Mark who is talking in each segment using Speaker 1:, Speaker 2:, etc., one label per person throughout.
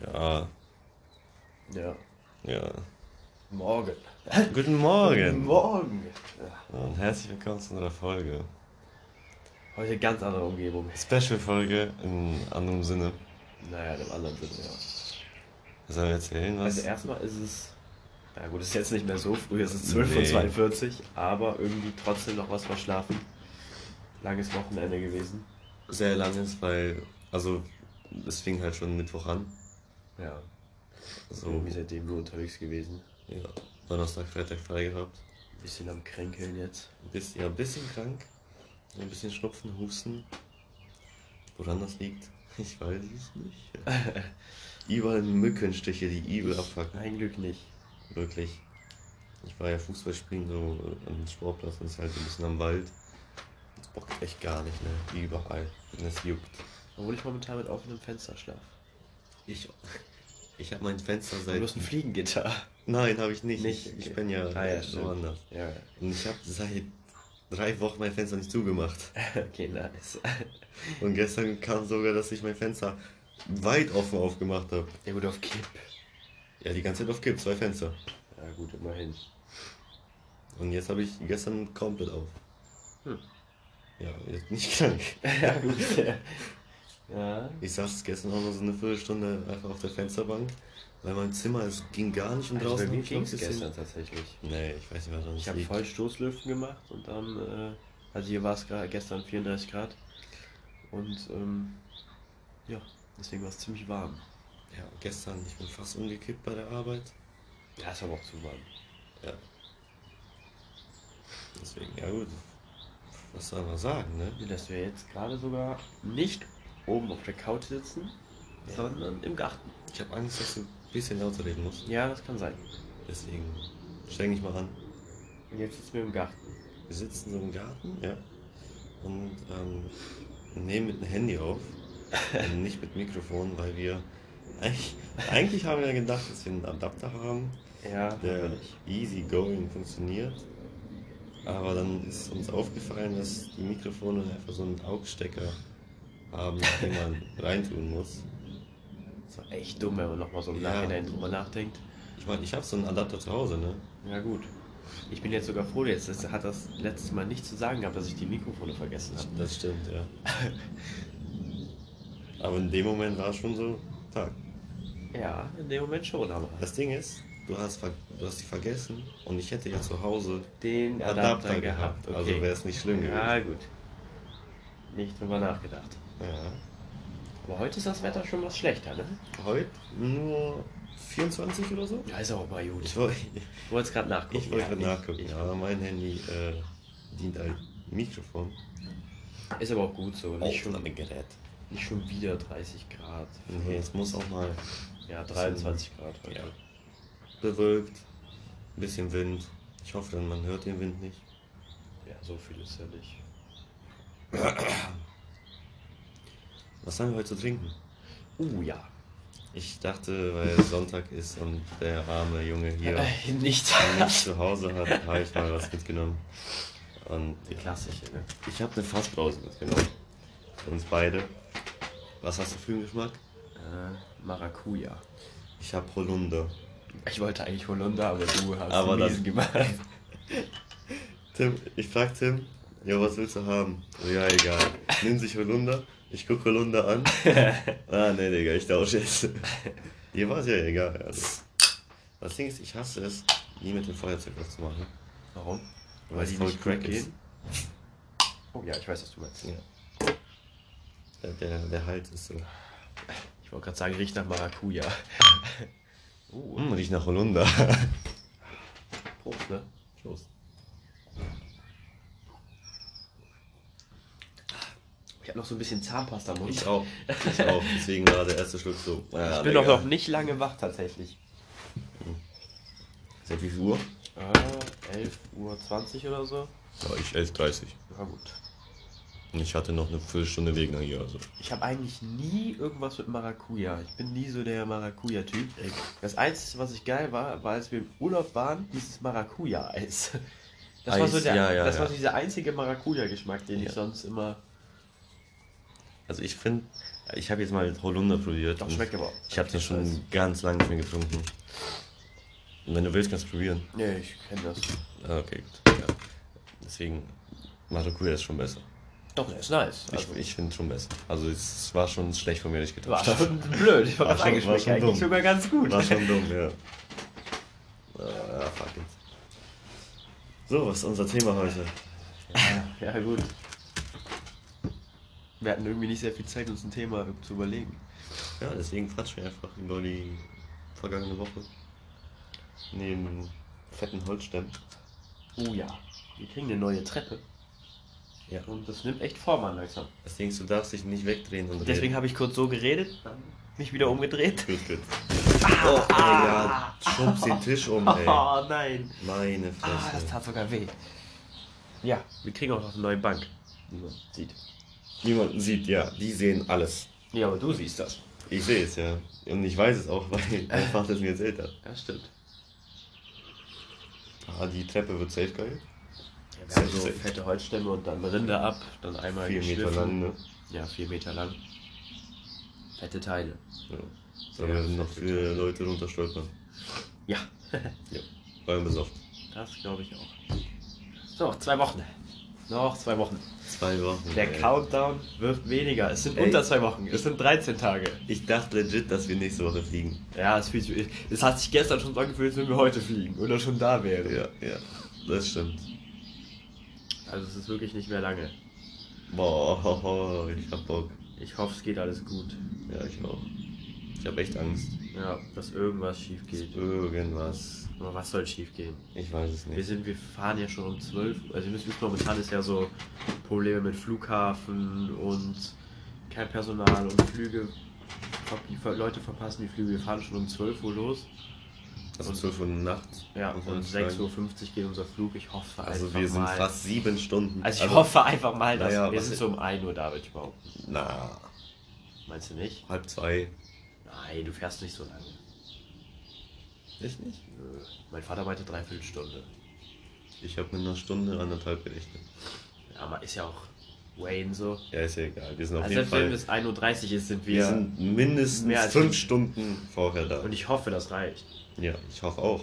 Speaker 1: Ja,
Speaker 2: Ja.
Speaker 1: ja.
Speaker 2: Morgen.
Speaker 1: Guten Morgen
Speaker 2: Morgen. Ja.
Speaker 1: und herzlich willkommen zu unserer Folge.
Speaker 2: Heute ganz andere Umgebung.
Speaker 1: Special-Folge in anderem Sinne.
Speaker 2: Naja, in einem anderen Sinne, ja.
Speaker 1: Sollen wir erzählen, was?
Speaker 2: Also erstmal ist es. Na gut, es ist jetzt nicht mehr so früh, es ist 12.42
Speaker 1: Nee.
Speaker 2: Uhr, 42, aber irgendwie trotzdem noch was verschlafen. Langes Wochenende gewesen.
Speaker 1: Sehr lang ist, weil, also, es fing halt schon Mittwoch an.
Speaker 2: Ja.
Speaker 1: So,
Speaker 2: Irgendwie seitdem nur unterwegs gewesen.
Speaker 1: ja, Donnerstag, Freitag frei gehabt.
Speaker 2: Ein bisschen am Kränkeln jetzt.
Speaker 1: Ein bisschen, ja, ein bisschen krank. Ein bisschen Schnupfen, Husten. Woran das liegt, ich weiß es nicht. Überall Mückenstiche, die übel abfacken.
Speaker 2: Ein Glück nicht.
Speaker 1: Wirklich. Ich war ja Fußballspielen so äh, am Sportplatz und ist halt ein bisschen am Wald. Das bockt echt gar nicht, ne? Überall. Und es juckt.
Speaker 2: Obwohl ich momentan mit offenem Fenster schlaf.
Speaker 1: Ich, ich habe mein Fenster
Speaker 2: Du
Speaker 1: seit.
Speaker 2: hast ein Fliegengitter.
Speaker 1: Nein, habe ich nicht.
Speaker 2: Nicht?
Speaker 1: Ich, ich
Speaker 2: Okay.
Speaker 1: bin ja,
Speaker 2: Ah, ja, stimmt.
Speaker 1: woanders.
Speaker 2: Ja.
Speaker 1: Und ich habe seit drei Wochen mein Fenster nicht zugemacht.
Speaker 2: Okay, nice.
Speaker 1: Und gestern kam sogar, dass ich mein Fenster weit offen aufgemacht habe.
Speaker 2: Ja gut, auf Kipp.
Speaker 1: Ja, die ganze Zeit auf Kipp, zwei Fenster.
Speaker 2: Ja gut, immerhin.
Speaker 1: Und jetzt habe ich gestern komplett auf.
Speaker 2: Hm.
Speaker 1: Ja, jetzt bin ich krank.
Speaker 2: Ja gut. ja.
Speaker 1: Ich saß gestern auch noch so eine Viertelstunde einfach auf der Fensterbank, weil mein Zimmer, es ging gar nicht und
Speaker 2: Also
Speaker 1: draußen
Speaker 2: bei mir
Speaker 1: hab ich noch
Speaker 2: ging es
Speaker 1: ein bisschen-
Speaker 2: gestern tatsächlich.
Speaker 1: Nee, ich weiß nicht, was
Speaker 2: Ich
Speaker 1: das
Speaker 2: habe
Speaker 1: liegt.
Speaker 2: voll Stoßlüften gemacht und dann, äh, also hier war es gra- gestern 34 Grad und ähm, ja, deswegen war es ziemlich warm.
Speaker 1: Ja, gestern, ich bin fast umgekippt bei der Arbeit.
Speaker 2: Ja, ist aber auch zu warm.
Speaker 1: Ja. Deswegen, ja gut. Was soll man sagen, ne?
Speaker 2: Ja, Dass wir jetzt gerade sogar nicht oben auf der Couch sitzen,
Speaker 1: Ja.
Speaker 2: sondern im Garten.
Speaker 1: Ich habe Angst, dass du ein bisschen lauter reden musst.
Speaker 2: Ja, das kann sein.
Speaker 1: Deswegen, streng dich mal an.
Speaker 2: Und jetzt sitzen wir im Garten.
Speaker 1: Wir sitzen so im Garten, ja. Und ähm, nehmen mit dem Handy auf. und nicht mit Mikrofon, weil wir. Eigentlich, eigentlich haben wir ja gedacht, dass wir einen Adapter haben,
Speaker 2: Ja,
Speaker 1: der
Speaker 2: natürlich.
Speaker 1: easy going funktioniert. Aber dann ist uns aufgefallen, dass die Mikrofone einfach so einen Augstecker haben, den man reintun muss.
Speaker 2: Das war echt dumm, wenn man nochmal so im
Speaker 1: Ja.
Speaker 2: Nachhinein drüber nachdenkt.
Speaker 1: Ich meine, ich habe so einen Adapter zu Hause, ne?
Speaker 2: Ja gut. Ich bin jetzt sogar froh, jetzt das hat das letztes Mal nicht zu sagen gehabt, dass ich die Mikrofone vergessen habe.
Speaker 1: Das stimmt, ja. Aber in dem Moment war es schon so, Tag.
Speaker 2: Ja, in dem Moment schon, aber
Speaker 1: Das Ding ist, du hast, ver- du hast die vergessen und ich hätte ja zu Hause
Speaker 2: den
Speaker 1: einen
Speaker 2: Adapter, gehabt. Okay.
Speaker 1: Also wäre es nicht schlimm
Speaker 2: ja,
Speaker 1: gewesen.
Speaker 2: gut. Nicht drüber nachgedacht.
Speaker 1: Ja.
Speaker 2: Aber heute ist das Wetter schon was schlechter, ne?
Speaker 1: Heute nur 24 oder so?
Speaker 2: Ja, ist auch mal gut.
Speaker 1: Ich
Speaker 2: Ich
Speaker 1: wollte
Speaker 2: wollte es gerade nachgucken.
Speaker 1: ich wollte
Speaker 2: ja,
Speaker 1: nachgucken,
Speaker 2: ich-
Speaker 1: aber mein Handy äh, dient als Mikrofon.
Speaker 2: Ist aber auch gut so. Nicht
Speaker 1: Oh,
Speaker 2: schon,
Speaker 1: Gerät.
Speaker 2: nicht schon wieder 30 Grad.
Speaker 1: Nee, es muss auch mal
Speaker 2: Ja, 23 Grad heute.
Speaker 1: ja, bewölkt, ein bisschen Wind. Ich hoffe, dann man hört den Wind nicht.
Speaker 2: ja, so viel ist ja nicht.
Speaker 1: Was haben wir heute zu trinken?
Speaker 2: Uh, ja.
Speaker 1: Ich dachte, weil Sonntag ist und der arme Junge hier
Speaker 2: Äh, nicht.
Speaker 1: nicht zu Hause hat, habe ich mal was mitgenommen. Und
Speaker 2: Die klassische, ne?
Speaker 1: ich habe eine Fassbrause mitgenommen. Für uns beide. Was hast du für einen Geschmack?
Speaker 2: Äh, Maracuja.
Speaker 1: Ich habe Holunder.
Speaker 2: Ich wollte eigentlich Holunder, aber du hast
Speaker 1: Aber
Speaker 2: Wiesen
Speaker 1: dann-
Speaker 2: gemacht.
Speaker 1: Tim, ich frag Tim, ja, was willst du haben? So, ja, egal. Nimm sich Holunder. Ich guck Holunder an. Ah, nee, Digga, ich tausche jetzt. Dir war es ja egal. Also. Das Ding ist, ich hasse es, nie mit dem Feuerzeug aufzumachen.
Speaker 2: Warum?
Speaker 1: Weil es voll Crack ist.
Speaker 2: Oh ja, ich weiß, was du meinst.
Speaker 1: Ja. Der, der, der Halt ist so.
Speaker 2: Ich wollte gerade sagen, riecht nach Maracuja. uh,
Speaker 1: Hm, riecht nach Holunder.
Speaker 2: Prost, ne?
Speaker 1: Los.
Speaker 2: Ich habe noch so ein bisschen Zahnpasta im Mund.
Speaker 1: Ich auch. Ich auch. Deswegen war der erste Schluck so.
Speaker 2: Ich
Speaker 1: ah,
Speaker 2: bin
Speaker 1: Digga.
Speaker 2: auch noch nicht lange wach tatsächlich.
Speaker 1: Seit wie viel Uhr?
Speaker 2: Äh, 11.20 Uhr oder so.
Speaker 1: Ja, ich 11.30
Speaker 2: Ja gut.
Speaker 1: Und ich hatte noch eine Viertelstunde Weg nach hier. Also.
Speaker 2: Ich habe eigentlich nie irgendwas mit Maracuja. Ich bin nie so der Maracuja-Typ. Das Einzige, was ich geil war, war, als wir im Urlaub waren, dieses Maracuja-Eis. Das war
Speaker 1: Eis,
Speaker 2: so der,
Speaker 1: ja, ja,
Speaker 2: das war
Speaker 1: ja.
Speaker 2: dieser einzige Maracuja-Geschmack, den
Speaker 1: Ja.
Speaker 2: ich sonst immer
Speaker 1: Also ich finde, Ich habe jetzt mal Holunder probiert.
Speaker 2: Doch,
Speaker 1: und
Speaker 2: schmeckt aber.
Speaker 1: Ich habe den
Speaker 2: das
Speaker 1: schon ganz lange nicht mehr getrunken. Und wenn du willst, kannst du probieren.
Speaker 2: Nee, ich kenne das.
Speaker 1: Ah, okay, gut. Ja. Deswegen, Maracuja ist schon besser.
Speaker 2: Doch, der ist nice. Also,
Speaker 1: ich ich finde es schon besser. Also es war schon schlecht von mir, dass ich
Speaker 2: war
Speaker 1: gedacht habe.
Speaker 2: schon blöd. Ich
Speaker 1: War
Speaker 2: war
Speaker 1: schon- war
Speaker 2: eingeschmeckt.
Speaker 1: schon
Speaker 2: Eigentlich
Speaker 1: dumm.
Speaker 2: sogar ganz gut.
Speaker 1: War schon dumm, ja. Ah, ja, fuck it. So, was ist unser Thema heute?
Speaker 2: Ja, gut. Wir hatten irgendwie nicht sehr viel Zeit, uns ein Thema zu überlegen.
Speaker 1: Ja, deswegen quatschen wir einfach über die vergangene Woche. Neben fetten Holzstämmen.
Speaker 2: Oh ja, wir kriegen eine neue Treppe.
Speaker 1: Ja.
Speaker 2: Und das nimmt echt Form an langsam.
Speaker 1: Deswegen, du darfst dich nicht wegdrehen und
Speaker 2: Deswegen habe ich kurz so geredet, dann mich wieder umgedreht.
Speaker 1: Gut, gut. Oh, Digga, schubst den Tisch um, ey.
Speaker 2: Oh nein.
Speaker 1: Meine
Speaker 2: Ah, das
Speaker 1: Fresse.
Speaker 2: tat sogar weh. Ja, wir kriegen auch noch eine neue Bank. die man Sieht.
Speaker 1: Niemanden sieht, ja. Die sehen alles.
Speaker 2: Ja, aber du siehst das.
Speaker 1: Ich sehe es, ja. Und ich weiß es auch, weil mein Vater es mir erzählt hat.
Speaker 2: Das stimmt.
Speaker 1: Ah, die Treppe wird safe geil.
Speaker 2: Ja, wir haben so fette Holzstämme und dann Rinde ab, dann einmal
Speaker 1: Vier Meter
Speaker 2: geschliffen.
Speaker 1: lang, ne?
Speaker 2: Ja, vier Meter lang. Fette Teile.
Speaker 1: Ja. Da werden noch viele Leute runterstolpern.
Speaker 2: Ja,
Speaker 1: Ja. Vor allem besoffen.
Speaker 2: das glaube ich auch. So, zwei Wochen. Noch zwei Wochen.
Speaker 1: Zwei Wochen.
Speaker 2: Der
Speaker 1: ey.
Speaker 2: Countdown wirft weniger. Es sind
Speaker 1: Ey.
Speaker 2: unter zwei Wochen. Es sind 13 Tage.
Speaker 1: Ich dachte legit, dass wir nächste Woche fliegen.
Speaker 2: Ja, es, fühlt sich, es hat sich gestern schon so angefühlt, als wenn wir heute fliegen oder schon da wären.
Speaker 1: Ja, ja. Das stimmt.
Speaker 2: Also es ist wirklich nicht mehr lange.
Speaker 1: Boah, ich hab Bock.
Speaker 2: Ich hoffe, es geht alles gut.
Speaker 1: Ja, ich auch. Ich hab echt Angst.
Speaker 2: Ja, dass irgendwas schief geht.
Speaker 1: Irgendwas.
Speaker 2: Aber was soll schief gehen?
Speaker 1: Ich weiß es
Speaker 2: Wir
Speaker 1: nicht.
Speaker 2: sind, wir fahren ja schon um 12 Uhr. Also wir müssen wissen, momentan ist ja so Probleme mit Flughafen und kein Personal und Flüge. Die Ver- Leute verpassen die Flüge. Wir fahren schon um 12 Uhr los.
Speaker 1: Also 12 Uhr nachts.
Speaker 2: Ja,
Speaker 1: muss
Speaker 2: und
Speaker 1: man
Speaker 2: um
Speaker 1: sagen.
Speaker 2: 6.50 Uhr geht unser Flug. Ich hoffe
Speaker 1: Also
Speaker 2: einfach
Speaker 1: wir sind
Speaker 2: mal.
Speaker 1: fast sieben Stunden.
Speaker 2: Also ich hoffe einfach mal, dass
Speaker 1: naja,
Speaker 2: wir
Speaker 1: was-
Speaker 2: sind so um 1 Uhr da, würde ich behaupten.
Speaker 1: Na,
Speaker 2: Meinst du nicht?
Speaker 1: halb zwei.
Speaker 2: Nein, du fährst nicht so lange.
Speaker 1: Echt nicht?
Speaker 2: Nö. Mein Vater meinte dreiviertel Stunde.
Speaker 1: Ich habe mit einer Stunde anderthalb gerechnet.
Speaker 2: Ja, aber ist ja auch Wayne so.
Speaker 1: Ja, ist ja egal. Wir sind auf
Speaker 2: also
Speaker 1: jeden
Speaker 2: selbst wenn
Speaker 1: Fall.
Speaker 2: es 1.30 Uhr ist, sind wir.
Speaker 1: wir sind mindestens
Speaker 2: Mehr als
Speaker 1: fünf
Speaker 2: ich.
Speaker 1: Stunden vorher da.
Speaker 2: Und ich hoffe, das reicht.
Speaker 1: ja, ich hoffe auch.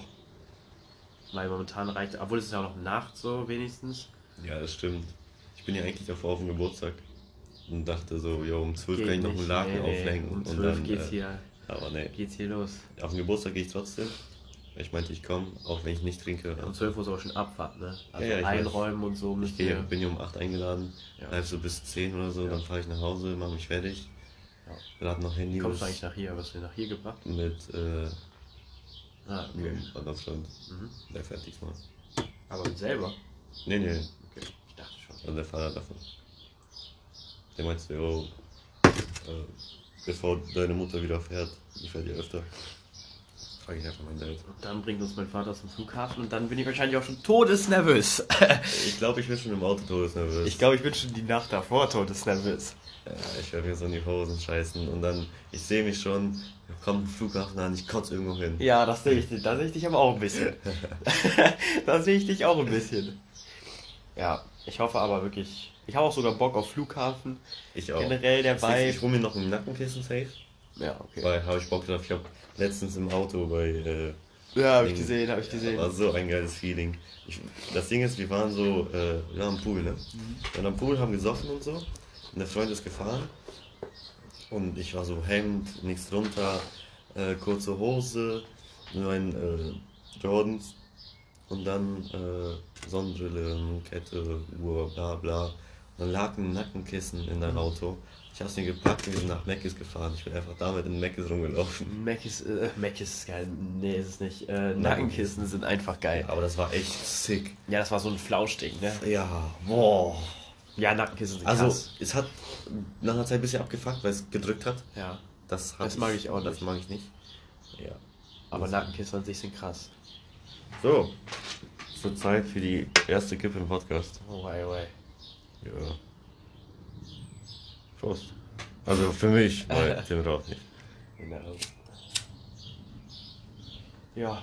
Speaker 2: Weil momentan reicht, obwohl es ist ja auch noch Nacht so wenigstens.
Speaker 1: Ja, das stimmt. Ich bin ja eigentlich davor auf dem Geburtstag und dachte so, ja, um zwölf
Speaker 2: Geht
Speaker 1: kann ich noch einen
Speaker 2: nicht.
Speaker 1: Laken
Speaker 2: Nee, nee.
Speaker 1: aufhängen.
Speaker 2: Um
Speaker 1: und
Speaker 2: 12
Speaker 1: dann,
Speaker 2: geht's,
Speaker 1: äh,
Speaker 2: hier,
Speaker 1: Aber nee,
Speaker 2: geht's hier los.
Speaker 1: auf den Geburtstag gehe ich trotzdem. Ich meinte, ich komme, auch wenn ich nicht trinke.
Speaker 2: Ja, um 12 Uhr soll schon Abfahrt, ne? Also
Speaker 1: Ja, ja, ich
Speaker 2: einräumen und so.
Speaker 1: Ich
Speaker 2: müssen
Speaker 1: gehe,
Speaker 2: wir-
Speaker 1: bin hier um 8 eingeladen,
Speaker 2: Ja.
Speaker 1: bleib so bis 10 oder so,
Speaker 2: Ja.
Speaker 1: dann fahre ich nach Hause, mache mich fertig,
Speaker 2: Ja.
Speaker 1: lade noch Handy
Speaker 2: Kommst du
Speaker 1: mit-
Speaker 2: eigentlich nach hier? Was wir nach hier gebracht?
Speaker 1: mit äh,
Speaker 2: Ah, okay.
Speaker 1: okay. Deutschland.
Speaker 2: Mhm.
Speaker 1: Der fährt diesmal.
Speaker 2: Aber selber?
Speaker 1: Nee, nee,
Speaker 2: Okay, ich dachte schon.
Speaker 1: also der Fahrer davon. Der meinte so, yo, äh, bevor deine Mutter wieder fährt, die fährt ja öfter, frage ich einfach meinen Dad.
Speaker 2: Und dann bringt uns mein Vater zum Flughafen und dann bin ich wahrscheinlich auch schon todesnervös.
Speaker 1: Ich glaube, ich bin schon im Auto todesnervös.
Speaker 2: Ich glaube, ich bin schon die Nacht davor todesnervös.
Speaker 1: Ja, ich werde mir so in die Hosen scheißen und dann, ich sehe mich schon, komm am Flughafen an, ich kotze irgendwo hin.
Speaker 2: Ja, das sehe ich, dich- da sehe ich dich aber auch ein bisschen. da sehe ich dich auch ein bisschen. Ja, ich hoffe aber wirklich. Ich habe auch sogar Bock auf Flughafen.
Speaker 1: Ich auch.
Speaker 2: Generell der
Speaker 1: Safe, Ich
Speaker 2: Vibe.
Speaker 1: hole mir noch ein Nackenkissen safe,
Speaker 2: Ja, okay.
Speaker 1: weil habe ich Bock drauf. Ich habe letztens im Auto bei. Äh,
Speaker 2: Ja, habe ich
Speaker 1: Ding-
Speaker 2: gesehen, habe ich gesehen.
Speaker 1: War so ein geiles Feeling. Ich, das Ding ist, wir waren so, äh, wir waren am Pool, ne? Und am Pool haben gesoffen und so. Und der Freund ist gefahren. Und ich war so Hemd, nichts drunter, äh, kurze Hose, nur ein äh, Jordans. Und dann äh, Sonnenbrille, Kette, Uhr, bla bla. Und dann lag ein Nackenkissen in deinem Auto. Ich hab's mir gepackt und wir sind nach Meckes gefahren. Ich bin einfach damit in Meckes rumgelaufen.
Speaker 2: Mac ist, äh, Mac ist geil. Nee, ist es nicht. Äh, Nackenkissen sind einfach geil.
Speaker 1: Aber das war echt sick.
Speaker 2: Ja, das war so ein Flauschding, ne?
Speaker 1: Ja, boah.
Speaker 2: Ja, Nackenkissen sind
Speaker 1: Also,
Speaker 2: krass.
Speaker 1: es hat nach einer Zeit ein bisschen abgefuckt, weil es gedrückt hat.
Speaker 2: Ja.
Speaker 1: Das, hat
Speaker 2: Das mag ich auch
Speaker 1: Das
Speaker 2: nicht.
Speaker 1: mag ich nicht. Ja.
Speaker 2: Aber Nackenkissen an sich sind krass.
Speaker 1: So. Es wird Zeit für die erste Kippe im Podcast.
Speaker 2: Oh, wei, wei.
Speaker 1: Ja. Prost. Also für mich, weil Tim raucht nicht.
Speaker 2: In der Augen. Genau. Ja,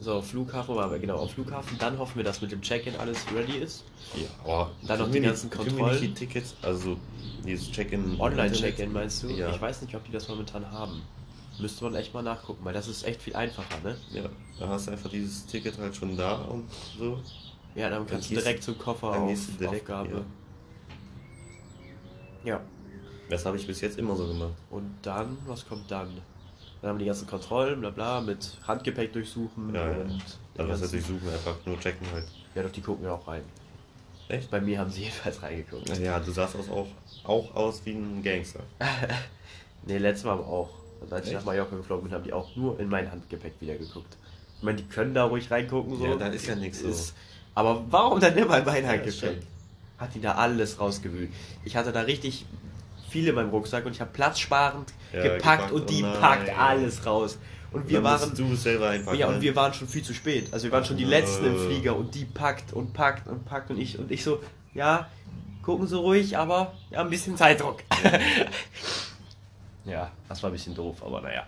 Speaker 2: So, Flughafen, waren wir genau, auf Flughafen. Dann hoffen wir, dass mit dem Check-in alles ready ist.
Speaker 1: Ja, oh,
Speaker 2: Dann noch
Speaker 1: können
Speaker 2: die
Speaker 1: wir nicht-
Speaker 2: ganzen
Speaker 1: können wir
Speaker 2: Kontrollen.
Speaker 1: nicht die Tickets, also dieses Check-in.
Speaker 2: Online-Check-in meinst du?
Speaker 1: Ja.
Speaker 2: Ich weiß nicht, ob die das momentan haben. Müsste man echt mal nachgucken, weil das ist echt viel einfacher, ne?
Speaker 1: Ja, da hast du einfach dieses Ticket halt schon da und so.
Speaker 2: Ja, dann kannst du
Speaker 1: gehst-
Speaker 2: direkt zum Koffer
Speaker 1: dann
Speaker 2: auf
Speaker 1: gehst du direkt,
Speaker 2: Aufgabe. ja.
Speaker 1: Das habe ich bis jetzt immer so gemacht.
Speaker 2: Und dann, was kommt dann? Dann haben wir die ganzen Kontrollen, bla bla, mit Handgepäck durchsuchen
Speaker 1: Ja, ja.
Speaker 2: und den
Speaker 1: Also was heißt,
Speaker 2: ganzen-
Speaker 1: ich suche einfach nur checken halt.
Speaker 2: Ja doch, die gucken ja auch rein.
Speaker 1: Echt?
Speaker 2: Bei mir haben sie jedenfalls reingeguckt.
Speaker 1: Ja, du sahst aus, auch, auch aus wie ein Gangster.
Speaker 2: Ne, letztes Mal aber auch. Und als ich
Speaker 1: Echt?
Speaker 2: nach Mallorca geflogen bin, haben die auch nur in mein Handgepäck wieder geguckt. Ich meine, die können da ruhig reingucken, so.
Speaker 1: Ja, da ist ja nix so.
Speaker 2: aber warum dann immer in mein
Speaker 1: Ja,
Speaker 2: Handgepäck?
Speaker 1: stimmt.
Speaker 2: Hat die da alles rausgewühlt. Ich hatte da richtig viel in meinem Rucksack und ich habe platzsparend
Speaker 1: Ja,
Speaker 2: gepackt
Speaker 1: gepackt,
Speaker 2: und die
Speaker 1: oh nein.
Speaker 2: packt alles raus. Und wir
Speaker 1: Dann
Speaker 2: waren.
Speaker 1: musst du es selber einfach.
Speaker 2: Ja, und wir waren schon viel zu spät. Also wir waren schon die
Speaker 1: Äh.
Speaker 2: Letzten im Flieger und die packt und packt und packt und ich und ich so, ja, gucken Sie ruhig, aber ja, ein bisschen Zeitdruck. ja, das war ein bisschen doof, aber naja.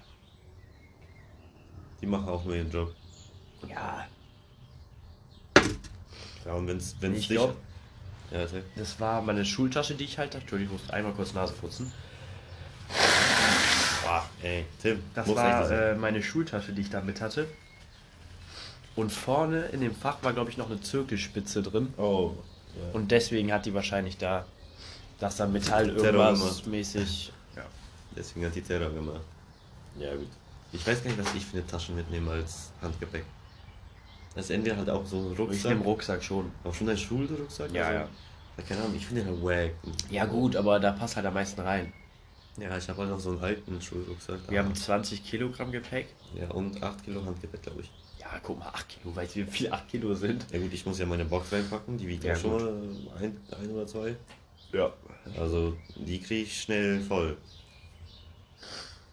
Speaker 1: Die machen auch nur ihren Job.
Speaker 2: Ja,
Speaker 1: Ja, und wenn's, wenn's
Speaker 2: Ich
Speaker 1: dich.
Speaker 2: glaub-
Speaker 1: Ja, erzähl.
Speaker 2: das war meine Schultasche, die ich halt hatte. Entschuldigung, ich muss einmal kurz Nase putzen.
Speaker 1: Boah, ey, Tim,
Speaker 2: Das
Speaker 1: muss echt
Speaker 2: war
Speaker 1: sein.
Speaker 2: äh, meine Schultasche, die ich da mit hatte. Und vorne in dem Fach war, glaube ich, noch eine Zirkelspitze drin.
Speaker 1: Oh. Ja.
Speaker 2: Und deswegen hat die wahrscheinlich da, dass da Metall
Speaker 1: Terror
Speaker 2: irgendwas
Speaker 1: gemacht.
Speaker 2: mäßig. Ja.
Speaker 1: Deswegen hat die Terror gemacht. Ja, gut. Ich weiß gar nicht, was ich für eine Tasche mitnehme als Handgepäck. Das ist entweder halt auch so ein
Speaker 2: Ich
Speaker 1: Rucksack.
Speaker 2: nehme Rucksack schon.
Speaker 1: auch schon dein Schulrucksack?
Speaker 2: Ja,
Speaker 1: also?
Speaker 2: ja.
Speaker 1: Keine Ahnung, ich finde den halt wack.
Speaker 2: Ja gut, aber da passt halt am meisten rein.
Speaker 1: Ja, ich habe halt noch so einen alten Schulrucksack.
Speaker 2: Wir haben 20 Kilogramm Gepäck.
Speaker 1: Ja, und 8 Kilo Handgepäck, glaube ich.
Speaker 2: Ja, guck mal, 8 Kilo, weißt du, wie viel 8 Kilo sind?
Speaker 1: Ja gut, ich muss ja meine Box reinpacken, die wiegt
Speaker 2: Ja,
Speaker 1: ja schon mal ein, ein oder zwei.
Speaker 2: Ja.
Speaker 1: Also die kriege ich schnell voll.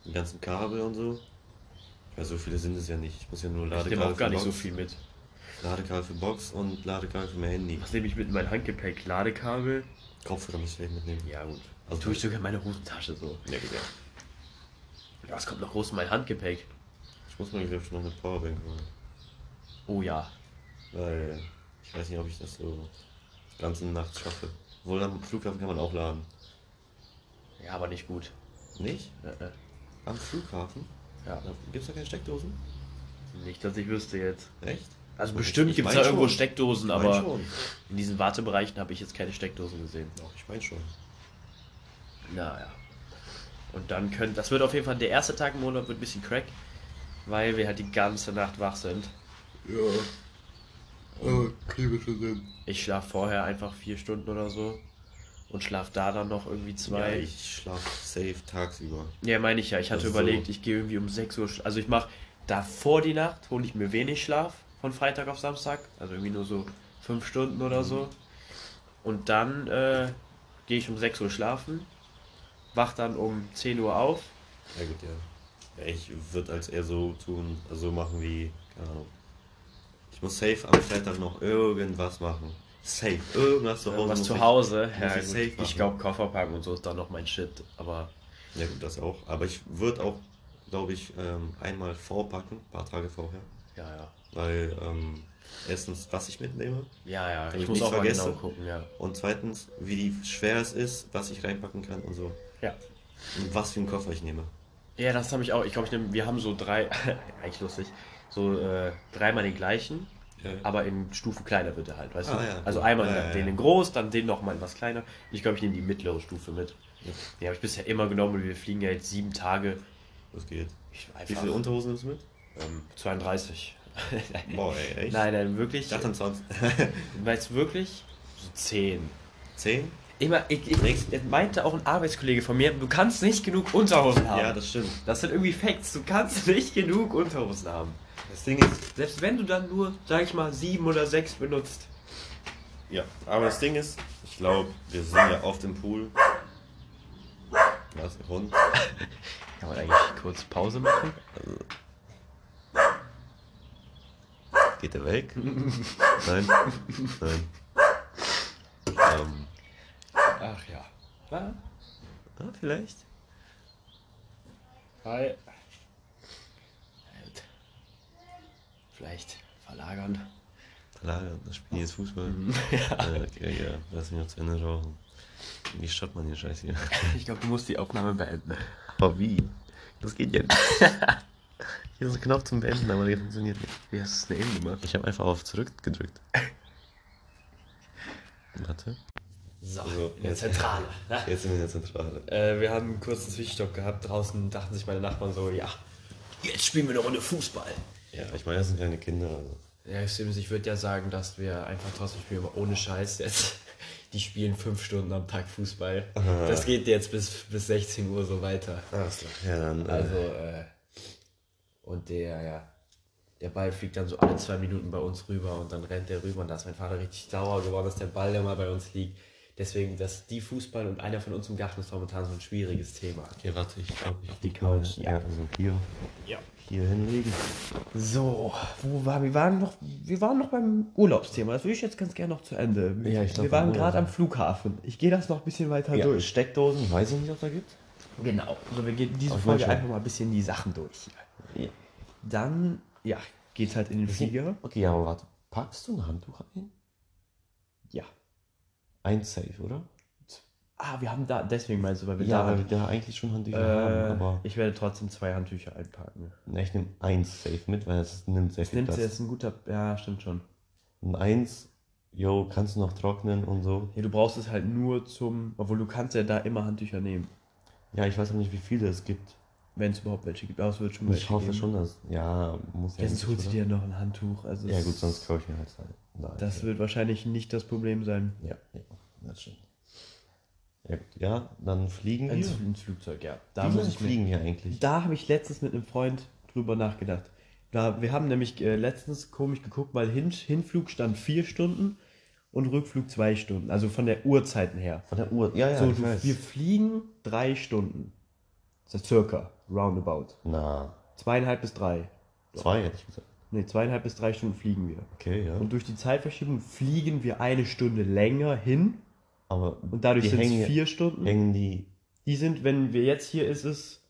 Speaker 1: Die ganzen Kabel und so. Ja, so viele sind es ja nicht. Ich muss ja nur
Speaker 2: Ich nehme
Speaker 1: Ladekabel
Speaker 2: auch gar
Speaker 1: für
Speaker 2: nicht so
Speaker 1: Box,
Speaker 2: viel mit.
Speaker 1: Ladekabel für Box und Ladekabel für mein Handy.
Speaker 2: Was nehme ich mit in mein Handgepäck? Ladekabel?
Speaker 1: Kopfhörer muss ich vielleicht mitnehmen.
Speaker 2: Ja gut.
Speaker 1: Also-
Speaker 2: tue ich sogar in meine Hosentasche so.
Speaker 1: Ja, gut, ja.
Speaker 2: Ja, Was kommt noch groß in mein Handgepäck?
Speaker 1: Ich muss mir, glaube ich, noch eine Powerbank holen.
Speaker 2: Oh ja.
Speaker 1: Weil ich weiß nicht, ob ich das so die ganze Nacht schaffe. Obwohl am Flughafen kann man auch laden.
Speaker 2: Ja, aber nicht gut.
Speaker 1: Nicht?
Speaker 2: Äh, äh.
Speaker 1: Am Flughafen?
Speaker 2: Ja.
Speaker 1: Da gibt's da keine Steckdosen?
Speaker 2: Nicht, dass ich wüsste jetzt.
Speaker 1: Echt?
Speaker 2: Also
Speaker 1: Ich-
Speaker 2: bestimmt
Speaker 1: ich
Speaker 2: gibt es
Speaker 1: mein
Speaker 2: da irgendwo
Speaker 1: schon.
Speaker 2: Steckdosen,
Speaker 1: Ich mein
Speaker 2: aber
Speaker 1: schon.
Speaker 2: in diesen Wartebereichen habe ich jetzt keine Steckdosen gesehen.
Speaker 1: Doch, ich meine schon.
Speaker 2: Naja. Und dann können. Das wird auf jeden Fall der erste Tag im Urlaub wird ein bisschen crack, weil wir halt die ganze Nacht wach sind.
Speaker 1: Ja. Aber kriege schon Sinn.
Speaker 2: Ich schlafe vorher einfach vier Stunden oder so und schlafe da dann noch irgendwie
Speaker 1: Ja,
Speaker 2: zwei.
Speaker 1: ich schlafe safe tagsüber.
Speaker 2: Ja, meine ich ja. Ich hatte
Speaker 1: Ach so.
Speaker 2: überlegt, ich gehe irgendwie um 6 Uhr. sch- Also ich mache davor die Nacht, hole ich mir wenig Schlaf von Freitag auf Samstag. Also irgendwie nur so fünf Stunden oder so. Und dann äh, gehe ich um 6 Uhr schlafen, wach dann um 10 Uhr auf.
Speaker 1: Ja gut, ja. ja ich würde als eher so tun, so machen wie, keine Ahnung. Ich muss safe am Freitag noch irgendwas machen. Safe. Irgendwas zu Hause.
Speaker 2: Was
Speaker 1: muss
Speaker 2: zu
Speaker 1: ich-
Speaker 2: Hause.
Speaker 1: muss
Speaker 2: Ja,
Speaker 1: ich safe
Speaker 2: gut. ich
Speaker 1: machen.
Speaker 2: glaube, Koffer packen und so ist dann noch mein Shit. Aber
Speaker 1: Ja gut, das auch. Aber ich würde auch, glaube ich, ähm, einmal vorpacken, ein paar Tage vorher.
Speaker 2: ja, ja.
Speaker 1: Weil ähm, erstens, was ich mitnehme.
Speaker 2: Ja, ja. Ich,
Speaker 1: ich
Speaker 2: muss
Speaker 1: nichts
Speaker 2: auch mal genau
Speaker 1: vergesse?
Speaker 2: gucken, ja.
Speaker 1: Und zweitens, wie schwer es ist, was ich reinpacken kann und so.
Speaker 2: Ja.
Speaker 1: Und was für einen Koffer ich nehme.
Speaker 2: Ja, das habe ich auch. Ich glaube, ich nehm, wir haben so drei, eigentlich lustig, so äh, dreimal den gleichen, aber in Stufen kleiner wird er halt, weißt
Speaker 1: Ah,
Speaker 2: du?
Speaker 1: ja.
Speaker 2: Also einmal
Speaker 1: Ja, ja,
Speaker 2: den
Speaker 1: ja.
Speaker 2: in groß, dann den nochmal in was kleiner. Ich glaube, ich nehme die mittlere Stufe mit.
Speaker 1: Ja.
Speaker 2: Die habe ich bisher immer genommen und wir fliegen ja jetzt sieben Tage.
Speaker 1: Das geht.
Speaker 2: Ich
Speaker 1: Wie
Speaker 2: einfach,
Speaker 1: viele Unterhosen nimmst du mit?
Speaker 2: ähm, 32.
Speaker 1: Boah, ey, echt?
Speaker 2: Nein, nein, wirklich.
Speaker 1: Ich dachte dann 20.
Speaker 2: Weißt du wirklich? So zehn.
Speaker 1: 10?
Speaker 2: Immer, ich, ich, das meinte auch ein Arbeitskollege von mir, du kannst nicht genug Unterhosen haben.
Speaker 1: Ja, das stimmt.
Speaker 2: das sind irgendwie Facts. Du kannst nicht genug Unterhosen haben.
Speaker 1: Das Ding ist,
Speaker 2: Selbst wenn du dann nur, sag ich mal, sieben oder sechs benutzt.
Speaker 1: ja, aber das Ding ist, ich glaube, wir sind ja oft im Pool. Was, Hund?
Speaker 2: Kann man eigentlich kurz Pause machen?
Speaker 1: Geht er weg? Nein. Nein. Ähm,
Speaker 2: Ach ja.
Speaker 1: ah, vielleicht?
Speaker 2: Hi. Halt. vielleicht verlagern.
Speaker 1: Lager, das Spiel ist Fußball.
Speaker 2: ja.
Speaker 1: Äh, okay, ja, lass mich noch zu Ende rauchen. Wie schaut man den Scheiß hier?
Speaker 2: Ich glaube, du musst die Aufnahme beenden.
Speaker 1: Aber wie? Das geht ja nicht. Hier ist ein Knopf zum Beenden, aber der funktioniert nicht.
Speaker 2: Wie hast du es denn eben gemacht?
Speaker 1: Ich habe einfach auf zurück gedrückt. Warte.
Speaker 2: So,
Speaker 1: So,
Speaker 2: in der
Speaker 1: jetzt-
Speaker 2: Zentrale. ne?
Speaker 1: Jetzt sind wir in der Zentrale.
Speaker 2: Äh, wir haben einen kurzen Zwischenstopp gehabt. Draußen dachten sich meine Nachbarn so, ja, jetzt spielen wir eine Runde Fußball.
Speaker 1: Ja, ich meine, das sind keine Kinder. Also.
Speaker 2: Ja, stimmt. Ich würde ja sagen, dass wir einfach trotzdem spielen, aber ohne Scheiß jetzt. Die spielen fünf Stunden am Tag Fußball. Das geht jetzt bis, bis 16 Uhr so weiter.
Speaker 1: Ja, dann. Äh,
Speaker 2: Also, äh, und der, ja, der Ball fliegt dann so alle zwei Minuten bei uns rüber und dann rennt der rüber und da ist mein Vater richtig sauer geworden, dass der Ball immer bei uns liegt. Deswegen, dass die Fußball und einer von uns im Garten ist momentan so ein schwieriges Thema.
Speaker 1: Hier, warte, ich glaube, ich.
Speaker 2: Die Couch,
Speaker 1: Ja, also hier.
Speaker 2: Ja.
Speaker 1: Hier hinlegen.
Speaker 2: So, wo war, wir waren noch, wir waren noch beim Urlaubsthema. Das würde ich jetzt ganz gerne noch zu Ende.
Speaker 1: Ja, ich glaub,
Speaker 2: wir waren
Speaker 1: wir-
Speaker 2: gerade am Flughafen. Ich gehe das noch ein bisschen weiter
Speaker 1: Ja,
Speaker 2: durch.
Speaker 1: Also, Steckdosen, ich weiß ich nicht, ob da gibt.
Speaker 2: Genau. Also wir gehen diese
Speaker 1: Aber ich
Speaker 2: Folge
Speaker 1: wollte schon.
Speaker 2: einfach mal ein bisschen die Sachen durch. hier.
Speaker 1: Ja. Mhm.
Speaker 2: Dann, ja, geht's halt in den Flieger.
Speaker 1: Okay, ja, aber warte. Packst du ein Handtuch ein?
Speaker 2: Ja.
Speaker 1: Eins safe, oder?
Speaker 2: Ah, wir haben da, deswegen meinst du, weil wir
Speaker 1: Ja,
Speaker 2: da
Speaker 1: weil wir da eigentlich schon Handtücher
Speaker 2: Äh,
Speaker 1: haben, aber
Speaker 2: ich werde trotzdem zwei Handtücher einpacken.
Speaker 1: Na, ich nehme eins safe mit, weil es nimmt sehr
Speaker 2: Das
Speaker 1: viel
Speaker 2: nimmt sie
Speaker 1: Platz.
Speaker 2: jetzt ein guter. Ja, stimmt schon.
Speaker 1: Und eins, yo, kannst du noch trocknen und so.
Speaker 2: Ja, du brauchst es halt nur zum. Obwohl du kannst ja da immer Handtücher nehmen.
Speaker 1: Ja, ich weiß auch nicht, wie viele es gibt.
Speaker 2: Wenn es überhaupt welche gibt. Aber es wird schon
Speaker 1: ich hoffe schon, dass. Ja, muss ja.
Speaker 2: Jetzt
Speaker 1: nicht,
Speaker 2: holt sie
Speaker 1: oder?
Speaker 2: dir noch ein Handtuch. Also
Speaker 1: Ja,
Speaker 2: es-
Speaker 1: gut, sonst kaufe ich mir halt ein. Nein,
Speaker 2: Das wird wahrscheinlich nicht das Problem sein.
Speaker 1: Ja, ja, das stimmt. Ja, gut. ja dann fliegen wir.
Speaker 2: Ins,
Speaker 1: Wie
Speaker 2: ins Flugzeug, ja. Da muss
Speaker 1: lange
Speaker 2: ich mir,
Speaker 1: fliegen wir eigentlich?
Speaker 2: Da habe ich letztens mit einem Freund drüber nachgedacht. Da, wir haben nämlich äh, letztens komisch geguckt, weil Hin, Hinflug stand vier Stunden und Rückflug zwei Stunden. Also von der Uhrzeiten her.
Speaker 1: Von der Uhr. Ja, ja,
Speaker 2: So,
Speaker 1: ich
Speaker 2: du,
Speaker 1: weiß.
Speaker 2: wir fliegen drei Stunden. Das ist circa, roundabout.
Speaker 1: Na,
Speaker 2: Zweieinhalb bis drei.
Speaker 1: zwei hätte ich gesagt.
Speaker 2: Ne, zweieinhalb bis drei Stunden fliegen wir.
Speaker 1: Okay, ja.
Speaker 2: Und durch die Zeitverschiebung fliegen wir eine Stunde länger hin.
Speaker 1: Aber
Speaker 2: Und dadurch
Speaker 1: die
Speaker 2: sind
Speaker 1: hängen-
Speaker 2: es vier Stunden.
Speaker 1: hängen die.
Speaker 2: Die sind, wenn wir jetzt hier ist, es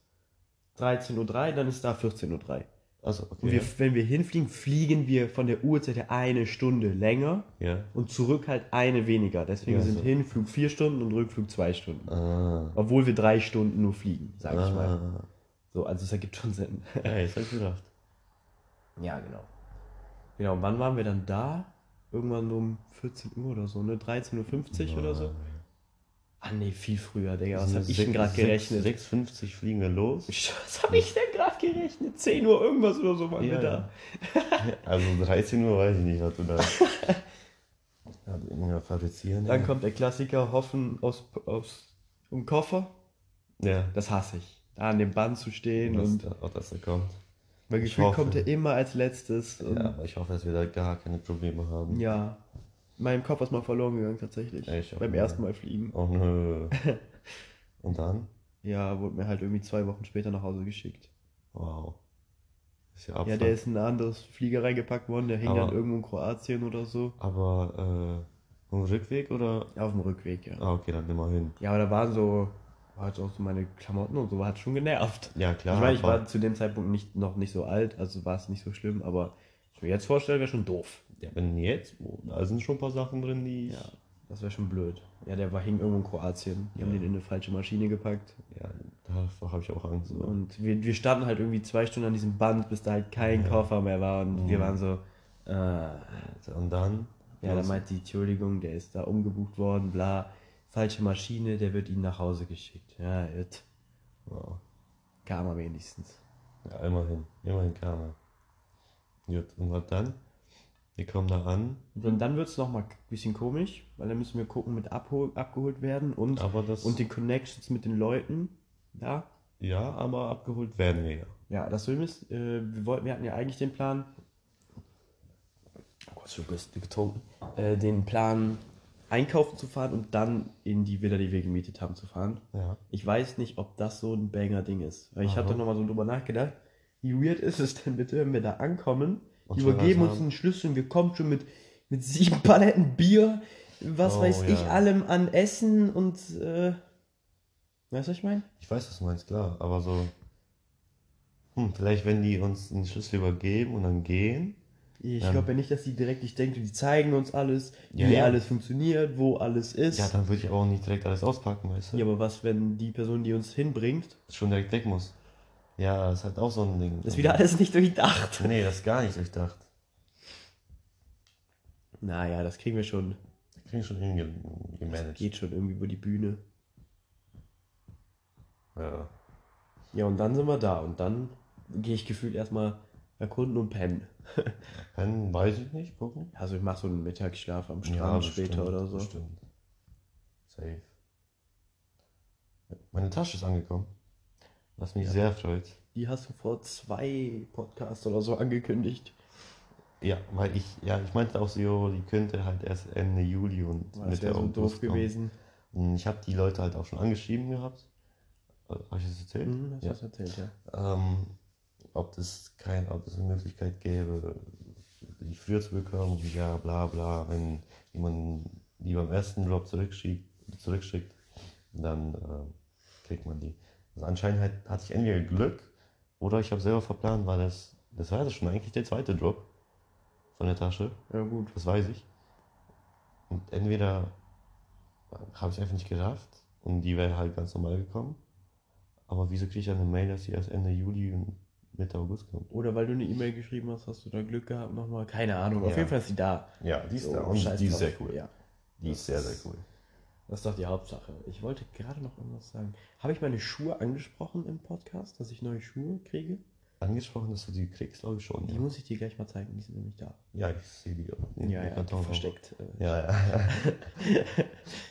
Speaker 2: 13.03 Uhr, dann ist da 14.03 Uhr.
Speaker 1: Also,
Speaker 2: Und
Speaker 1: okay.
Speaker 2: wir, wenn wir hinfliegen, fliegen wir von der Uhrzeit her eine Stunde länger
Speaker 1: Ja.
Speaker 2: und zurück halt eine weniger. Deswegen
Speaker 1: Ja,
Speaker 2: sind
Speaker 1: so.
Speaker 2: Hinflug vier Stunden und Rückflug zwei Stunden.
Speaker 1: Ah.
Speaker 2: Obwohl wir drei Stunden nur fliegen, sag ich mal.
Speaker 1: ah.
Speaker 2: So, also es ergibt schon Sinn.
Speaker 1: Ja, jetzt hab ich gedacht.
Speaker 2: ja, genau. Genau, und wann waren wir dann da? Irgendwann so um 14 Uhr oder so, ne? 13.50 Uhr oder so? Ah ne, viel früher, Digga. Was
Speaker 1: Also
Speaker 2: hab ich
Speaker 1: sech-
Speaker 2: denn gerade
Speaker 1: sech-
Speaker 2: gerechnet?
Speaker 1: 6,50 fliegen wir los.
Speaker 2: Was hab ich denn gerade gerechnet? 10 Uhr irgendwas oder so waren wir
Speaker 1: Ja,
Speaker 2: da.
Speaker 1: Also 13 Uhr weiß ich nicht, was du da. Also irgendwie fabrizieren.
Speaker 2: Dann kommt der Klassiker Hoffen aus, aus dem Koffer.
Speaker 1: Ja.
Speaker 2: Das hasse ich. Da an dem Band zu stehen
Speaker 1: Das,
Speaker 2: und
Speaker 1: auch dass er kommt.
Speaker 2: mein
Speaker 1: ich
Speaker 2: Gefühl
Speaker 1: hoffe.
Speaker 2: kommt er immer als letztes. Und
Speaker 1: Ja,
Speaker 2: ja.
Speaker 1: aber ich hoffe, dass wir da gar keine Probleme haben.
Speaker 2: Mein Kopf ist mal verloren gegangen tatsächlich.
Speaker 1: Ja, ich auch.
Speaker 2: Beim ersten Mal fliegen.
Speaker 1: Oh nö. Und dann?
Speaker 2: Ja, wurde mir halt irgendwie zwei Wochen später nach Hause geschickt.
Speaker 1: Wow. Ist ja Abfall.
Speaker 2: Ja, der ist in ein anderes Flieger reingepackt worden, der hing
Speaker 1: Aber-
Speaker 2: dann irgendwo in Kroatien oder so.
Speaker 1: Aber äh, um Rückweg oder?
Speaker 2: Auf dem Rückweg, ja.
Speaker 1: Ah, okay, dann nimm mal hin.
Speaker 2: Ja, aber da waren so, halt auch so meine Klamotten und so, hat schon genervt.
Speaker 1: Ja, klar.
Speaker 2: ich meine, ich
Speaker 1: aber-
Speaker 2: war zu dem Zeitpunkt nicht, noch nicht so alt, also war es nicht so schlimm, aber ich mir jetzt vorstellen, wäre schon doof.
Speaker 1: ja, wenn jetzt, oh, da sind schon ein paar Sachen drin, die. ich-
Speaker 2: Ja, das wäre schon blöd. Ja, der war, hing irgendwo in Kroatien. Die haben
Speaker 1: Ja.
Speaker 2: den in eine falsche Maschine gepackt.
Speaker 1: ja davor habe ich auch Angst. so.
Speaker 2: Und wir, wir standen halt irgendwie zwei Stunden an diesem Band, bis da halt kein Koffer mehr war. Und wir waren so, äh, ja,
Speaker 1: Und dann?
Speaker 2: dann meint die, Entschuldigung, der ist da umgebucht worden, bla. Falsche Maschine, der wird ihnen nach Hause geschickt. Ja, jetzt
Speaker 1: Wow.
Speaker 2: kam er wenigstens.
Speaker 1: Ja, immerhin. Immerhin kam er. Gut, und was dann? Wir kommen da an,
Speaker 2: Und dann wird es nochmal ein bisschen komisch, weil dann müssen wir gucken, mit abhol abgeholt werden und,
Speaker 1: aber das.
Speaker 2: und die Connections mit den Leuten. Ja,
Speaker 1: ja, aber abgeholt werden wir ja.
Speaker 2: ja das Film ist, äh, wir, wollten, wir hatten ja eigentlich den Plan, oh Gott, schon bist du getrunken, äh, den Plan einkaufen zu fahren und dann in die Villa, die wir gemietet haben, zu fahren.
Speaker 1: Ja.
Speaker 2: Ich weiß nicht, ob das so ein Banger-Ding ist. Weil ich
Speaker 1: Aha.
Speaker 2: habe da nochmal so drüber nachgedacht. Wie weird ist es denn bitte, wenn wir da ankommen,
Speaker 1: Und schon
Speaker 2: übergeben
Speaker 1: was
Speaker 2: uns
Speaker 1: haben?
Speaker 2: einen Schlüssel und wir kommen schon mit, mit sieben Paletten Bier, was
Speaker 1: Oh,
Speaker 2: weiß
Speaker 1: ja.
Speaker 2: ich, allem an Essen und. Äh, weißt du, was ich meine?
Speaker 1: Ich weiß, was du meinst, klar, aber so. Hm, vielleicht, wenn die uns einen Schlüssel übergeben und dann gehen
Speaker 2: Ich
Speaker 1: Ja.
Speaker 2: glaube ja nicht, dass die direkt, ich denke, die zeigen uns alles,
Speaker 1: Ja,
Speaker 2: wie
Speaker 1: ja.
Speaker 2: alles funktioniert, wo alles ist.
Speaker 1: Ja,
Speaker 2: Ja,
Speaker 1: dann würde ich aber auch nicht direkt alles auspacken, weißt du?
Speaker 2: aber was, wenn die Person, die uns hinbringt,
Speaker 1: Schon direkt weg muss. Ja, ist halt auch so ein Ding.
Speaker 2: das wieder alles nicht durchdacht?
Speaker 1: Nee, das ist gar nicht durchdacht.
Speaker 2: Naja, das kriegen wir schon.
Speaker 1: Das kriegen wir schon irgendwie gemanagt.
Speaker 2: Geht schon irgendwie über die Bühne.
Speaker 1: Ja.
Speaker 2: Ja, und dann sind wir da und dann gehe ich gefühlt erstmal erkunden und pennen.
Speaker 1: Pennen weiß ich nicht, gucken.
Speaker 2: Also ich mache so einen Mittagsschlaf am Strand später
Speaker 1: bestimmt,
Speaker 2: oder so.
Speaker 1: Bestimmt. Safe. Meine Tasche ist angekommen. Was mich sehr freut.
Speaker 2: Die hast du vor zwei Podcasts oder so angekündigt.
Speaker 1: Ja, weil ich, ja, ich meinte auch so, jo, die könnte halt erst Ende Juli und
Speaker 2: Weil das wäre so doof
Speaker 1: kommen.
Speaker 2: gewesen.
Speaker 1: Und ich habe die Leute halt auch schon angeschrieben gehabt. Habe ich das erzählt?
Speaker 2: Hm, hast du
Speaker 1: Ja.
Speaker 2: das erzählt, ja.
Speaker 1: ähm, ob das kein, ob es eine Möglichkeit gäbe, die früher zu bekommen, ja, bla bla, wenn jemand die beim ersten Drop zurückschickt, zurückschickt dann ähm, kriegt man die. Also anscheinend hat, hatte ich entweder Glück oder ich habe selber verplant, weil das, das war ja schon eigentlich der zweite Drop von der Tasche,
Speaker 2: Ja gut.
Speaker 1: das weiß ich. Und entweder habe ich einfach nicht gerafft und die wäre halt ganz normal gekommen. Aber wieso kriege ich dann eine Mail, dass sie erst Ende Juli und Mitte August kommt?
Speaker 2: Oder weil du eine E-Mail geschrieben hast, hast du da Glück gehabt nochmal. Keine Ahnung. Auf
Speaker 1: Ja.
Speaker 2: jeden Fall ist sie da.
Speaker 1: Ja, die
Speaker 2: So, oh, scheiß drauf. Ja.
Speaker 1: Die ist sehr, sehr cool.
Speaker 2: Das ist doch die Hauptsache. Ich wollte gerade noch irgendwas sagen. Habe ich meine Schuhe angesprochen im Podcast, dass ich neue Schuhe kriege?
Speaker 1: Angesprochen, dass du die kriegst, glaube ich schon.
Speaker 2: Die
Speaker 1: Ja,
Speaker 2: muss ich dir gleich mal zeigen, die sind nämlich da.
Speaker 1: ja ich sehe die auch. in
Speaker 2: Ja,
Speaker 1: dem
Speaker 2: ja,
Speaker 1: Karton auch.
Speaker 2: versteckt. äh,
Speaker 1: Ja, ja.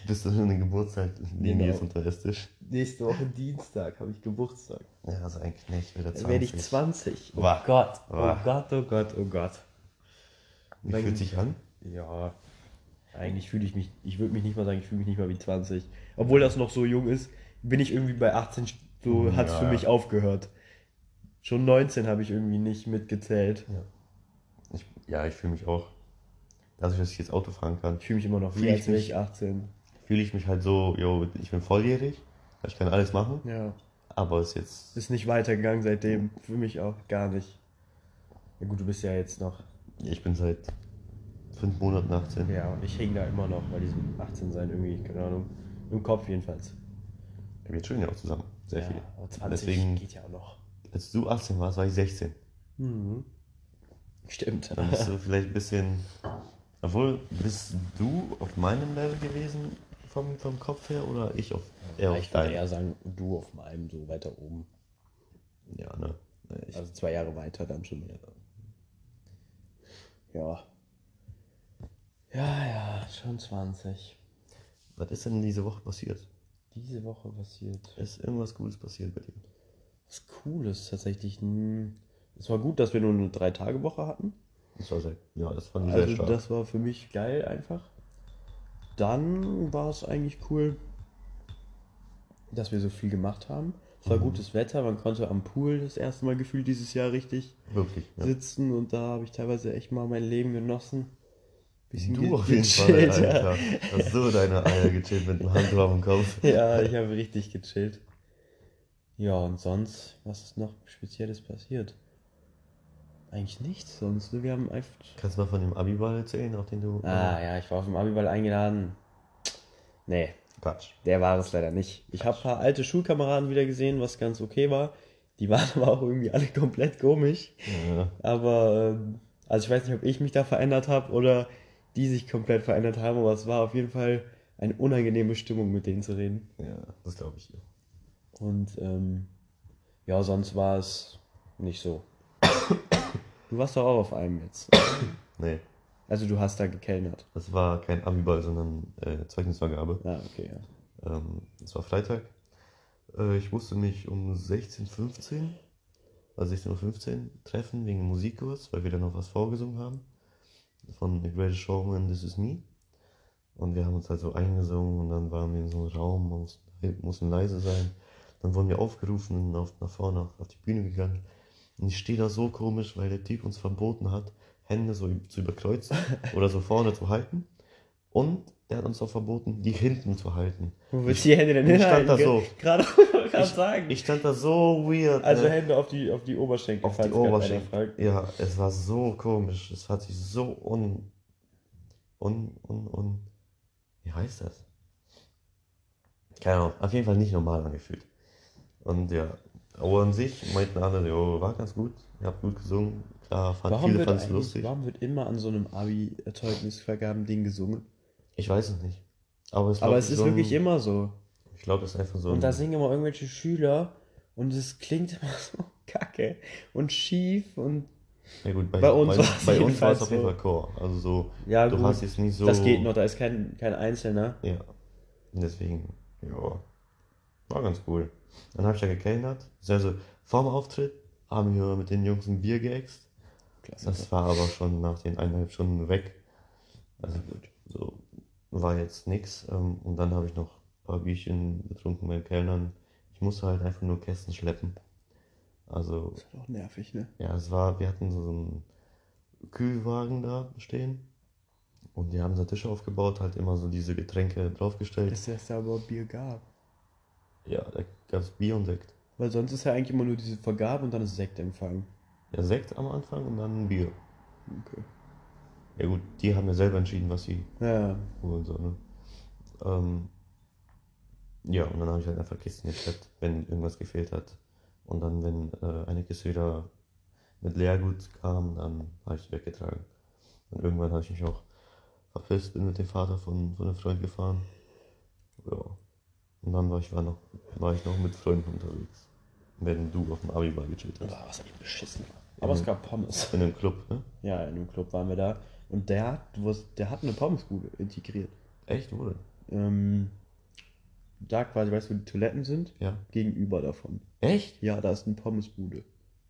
Speaker 1: Bist du schon in der Geburtstagslinie
Speaker 2: Genau.
Speaker 1: ist unter der Tisch?
Speaker 2: Nächste Woche Dienstag habe ich Geburtstag.
Speaker 1: Ja, also ein Knecht wieder
Speaker 2: Dann
Speaker 1: 20.
Speaker 2: werde ich 20. Oh
Speaker 1: Wah.
Speaker 2: Gott.
Speaker 1: Wah.
Speaker 2: Oh Gott, oh Gott, oh Gott.
Speaker 1: Wie
Speaker 2: Dann-
Speaker 1: fühlt sich an?
Speaker 2: Ja. Eigentlich fühle ich mich, ich würde mich nicht mal sagen, ich fühle mich nicht mal wie 20. Obwohl das noch so jung ist, bin ich irgendwie bei 18, so
Speaker 1: Ja,
Speaker 2: hat es für
Speaker 1: ja.
Speaker 2: mich aufgehört. Schon 19 habe ich irgendwie nicht mitgezählt.
Speaker 1: Ich, ja, ich fühle mich auch. Dadurch, dass ich jetzt Auto fahren kann,
Speaker 2: Ich fühle mich immer noch wie,
Speaker 1: Fühl ich
Speaker 2: als wäre
Speaker 1: mich-
Speaker 2: ich 18.
Speaker 1: fühle ich mich halt so, yo, ich bin volljährig, ich kann alles machen,
Speaker 2: Ja.
Speaker 1: aber es ist jetzt,
Speaker 2: Ist nicht weitergegangen seitdem. Für mich auch gar nicht. Ja gut, du bist ja jetzt noch.
Speaker 1: ich bin seit fünf Monaten 18.
Speaker 2: Ja, und ich hänge da immer noch bei diesem 18 sein irgendwie, keine Ahnung. Im Kopf jedenfalls.
Speaker 1: Wir chillen ja auch zusammen, sehr
Speaker 2: ja,
Speaker 1: viel.
Speaker 2: aber 20
Speaker 1: Deswegen-
Speaker 2: geht ja auch noch.
Speaker 1: Als du 18 warst, war ich 16.
Speaker 2: Mhm. Stimmt.
Speaker 1: Dann bist du vielleicht ein bisschen, obwohl bist du auf meinem Level gewesen vom, vom Kopf her oder ich auf, eher
Speaker 2: Ja,
Speaker 1: auf
Speaker 2: ich würde
Speaker 1: deinem?
Speaker 2: eher sagen, du auf meinem, so weiter oben.
Speaker 1: Ja, ne. Ich,
Speaker 2: Also zwei Jahre weiter dann schon. Ja. Ja, ja, schon 20.
Speaker 1: was ist denn diese Woche passiert?
Speaker 2: Diese Woche passiert
Speaker 1: Ist irgendwas Gutes passiert bei dir?
Speaker 2: was Cooles tatsächlich. hm, Es war gut, dass wir nur eine Drei-Tage-Woche hatten.
Speaker 1: Das war sehr, ja, das fand ich sehr
Speaker 2: Also
Speaker 1: stark.
Speaker 2: das war für mich geil einfach. Dann war es eigentlich cool, dass wir so viel gemacht haben. Es
Speaker 1: Mhm.
Speaker 2: war gutes Wetter, man konnte am Pool das erste Mal gefühlt dieses Jahr richtig
Speaker 1: Wirklich, ja.
Speaker 2: sitzen und da habe ich teilweise echt mal mein Leben genossen. Bisschen ge-
Speaker 1: Du auf jeden Fall,
Speaker 2: gechillt, ja.
Speaker 1: Alter. Hast so deine Eier gechillt mit einem Handtuch auf dem Kopf.
Speaker 2: Ja, ich habe richtig gechillt. Ja, und sonst, was ist noch Spezielles passiert? Eigentlich nichts sonst. ne? Wir haben einfach.
Speaker 1: Kannst du mal von dem Abiball erzählen, auf den du.
Speaker 2: Ah ja, ich war auf dem Abiball eingeladen. Nee,
Speaker 1: Quatsch.
Speaker 2: Der war es leider nicht. Ich habe ein paar alte Schulkameraden wieder gesehen, was ganz okay war. Die waren aber auch irgendwie alle komplett komisch.
Speaker 1: Ja,
Speaker 2: Aber, ähm, also ich weiß nicht, ob ich mich da verändert habe oder die sich komplett verändert haben, aber es war auf jeden Fall eine unangenehme Stimmung, mit denen zu reden.
Speaker 1: ja das glaube ich.
Speaker 2: Und ähm, ja, sonst war es nicht so. Du warst doch auch auf einem jetzt.
Speaker 1: Nee,
Speaker 2: Also du hast da gekellnert.
Speaker 1: das war kein Abiball, sondern äh, Zeugnisvergabe.
Speaker 2: Ah, okay, ja.
Speaker 1: Ähm, das war Freitag. Äh, ich musste mich um 16.15 Uhr, also 16.15 Uhr treffen wegen Musikkurs, weil wir dann noch was vorgesungen haben. Von The Greatest Showman, This Is Me. Und wir haben uns halt so eingesungen und dann waren wir in so einem Raum, man muss- mussten leise sein. Dann wurden wir aufgerufen und auf, nach vorne auf, auf die Bühne gegangen. Und ich stehe da so komisch, weil der Typ uns verboten hat, Hände so zu überkreuzen oder so vorne zu halten. Und er hat uns auch verboten, die hinten zu halten.
Speaker 2: Wo willst du die Hände denn
Speaker 1: Ich stand
Speaker 2: hinhalten?
Speaker 1: da so.
Speaker 2: Gerade gerade
Speaker 1: ich,
Speaker 2: sagen.
Speaker 1: ich stand da so weird.
Speaker 2: also
Speaker 1: ne?
Speaker 2: Hände auf die, auf die Oberschenkel,
Speaker 1: auf die
Speaker 2: gerade einer
Speaker 1: Oberschenkel.
Speaker 2: fragt.
Speaker 1: Ja, es war so komisch. Es hat sich so un. un. un. un. Wie heißt das? Keine Ahnung, auf jeden Fall nicht normal angefühlt. Und ja, aber an sich meinten alle, jo, war ganz gut, ihr habt gut gesungen. Klar, fand,
Speaker 2: Warum
Speaker 1: viele
Speaker 2: wird,
Speaker 1: fanden es
Speaker 2: eigentlich,
Speaker 1: lustig.
Speaker 2: warum wird immer an so einem Abi-Zeugnisvergaben-Ding gesungen?
Speaker 1: Ich weiß es nicht. Aber, ich glaub,
Speaker 2: Aber
Speaker 1: das
Speaker 2: es ist
Speaker 1: so ein-
Speaker 2: wirklich immer so.
Speaker 1: Ich glaube, das ist einfach so
Speaker 2: Und da
Speaker 1: ein.
Speaker 2: singen immer irgendwelche Schüler und es klingt immer so kacke und schief und.
Speaker 1: Ja gut, bei,
Speaker 2: bei uns
Speaker 1: bei,
Speaker 2: war es
Speaker 1: bei uns war
Speaker 2: jedenfalls
Speaker 1: es auf jeden
Speaker 2: so.
Speaker 1: Fall Chor. Also so,
Speaker 2: Ja,
Speaker 1: du
Speaker 2: gut.
Speaker 1: hast jetzt nicht so.
Speaker 2: Das geht noch, da ist kein, kein Einzelner.
Speaker 1: Ja. Und deswegen, ja. War ganz cool. Dann habe ich da gekellnert. Also vorm Auftritt haben wir mit den Jungs ein Bier geäxt. Das war aber schon nach den eineinhalb Stunden weg. Also gut. So war jetzt nix. Ähm, Und dann habe ich noch ein paar Bierchen getrunken beim Kellnern. Ich musste halt einfach nur Kästen schleppen. Also
Speaker 2: Das ist auch nervig, ne?
Speaker 1: ja, es war, wir hatten so einen Kühlwagen da stehen und die haben so Tische aufgebaut, halt immer so diese Getränke draufgestellt.
Speaker 2: Dass es da überhaupt Bier gab.
Speaker 1: Ja, da gab es Bier und Sekt.
Speaker 2: Weil sonst ist ja eigentlich immer nur diese Vergabe und dann ist Sektempfang.
Speaker 1: Ja, Sekt am Anfang und dann ein Bier.
Speaker 2: Okay.
Speaker 1: Ja gut, die haben ja selber entschieden, was sie
Speaker 2: Ja,
Speaker 1: holen sollen. Ne? Ähm, ja, und dann habe ich halt einfach Kisten geschleppt, wenn irgendwas gefehlt hat. Und dann, wenn äh, eine Kiste wieder mit Leergut kam, dann habe ich es weggetragen. Und irgendwann habe ich mich auch verpisst, bin mit dem Vater von, von einem Freund gefahren. Ja. Und dann war ich, war noch, war ich noch mit Freunden unterwegs. Wenn du auf dem Abi-Ball gechillt hast.
Speaker 2: Boah, was echt beschissen. Aber
Speaker 1: Mhm.
Speaker 2: es gab Pommes.
Speaker 1: In einem Club, ne?
Speaker 2: Ja, in einem Club waren wir da. Und der hat, wo es- der hat eine Pommesbude integriert.
Speaker 1: Echt, wurde?
Speaker 2: Ähm, da quasi, weißt du, wo die Toiletten sind?
Speaker 1: Ja.
Speaker 2: Gegenüber davon.
Speaker 1: Echt?
Speaker 2: Ja, da ist eine Pommesbude.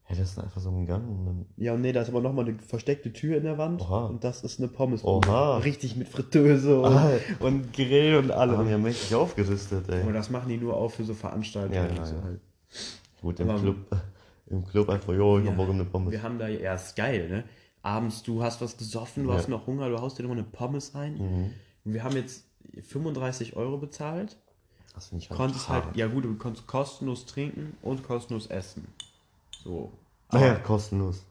Speaker 1: Ja, das ist einfach so ein Gang und dann
Speaker 2: Ja, und nee, da ist aber nochmal eine versteckte Tür in der Wand.
Speaker 1: Oha.
Speaker 2: Und das ist eine Pommesbude.
Speaker 1: Oha.
Speaker 2: Richtig mit Fritteuse und,
Speaker 1: Ah.
Speaker 2: und Grill und
Speaker 1: alle haben
Speaker 2: allem.
Speaker 1: ja mächtig aufgerüstet, ey.
Speaker 2: Aber das machen die nur auch für so Veranstaltungen.
Speaker 1: Ja, ja,
Speaker 2: und so
Speaker 1: ja.
Speaker 2: halt.
Speaker 1: Gut, im
Speaker 2: Aber-
Speaker 1: Club, im Club einfach, jo, ich hab
Speaker 2: Ja,
Speaker 1: Bock auf eine Pommes.
Speaker 2: Wir haben da, ja, ist geil, ne? Abends, du hast was gesoffen, du
Speaker 1: Ja.
Speaker 2: hast noch Hunger, du haust dir nochmal eine Pommes rein.
Speaker 1: Mhm.
Speaker 2: Und wir haben jetzt 35 Euro bezahlt.
Speaker 1: Das finde ich halt
Speaker 2: konntest
Speaker 1: hart.
Speaker 2: halt, ja gut, du konntest kostenlos trinken und kostenlos essen. So.
Speaker 1: Naja, kostenlos.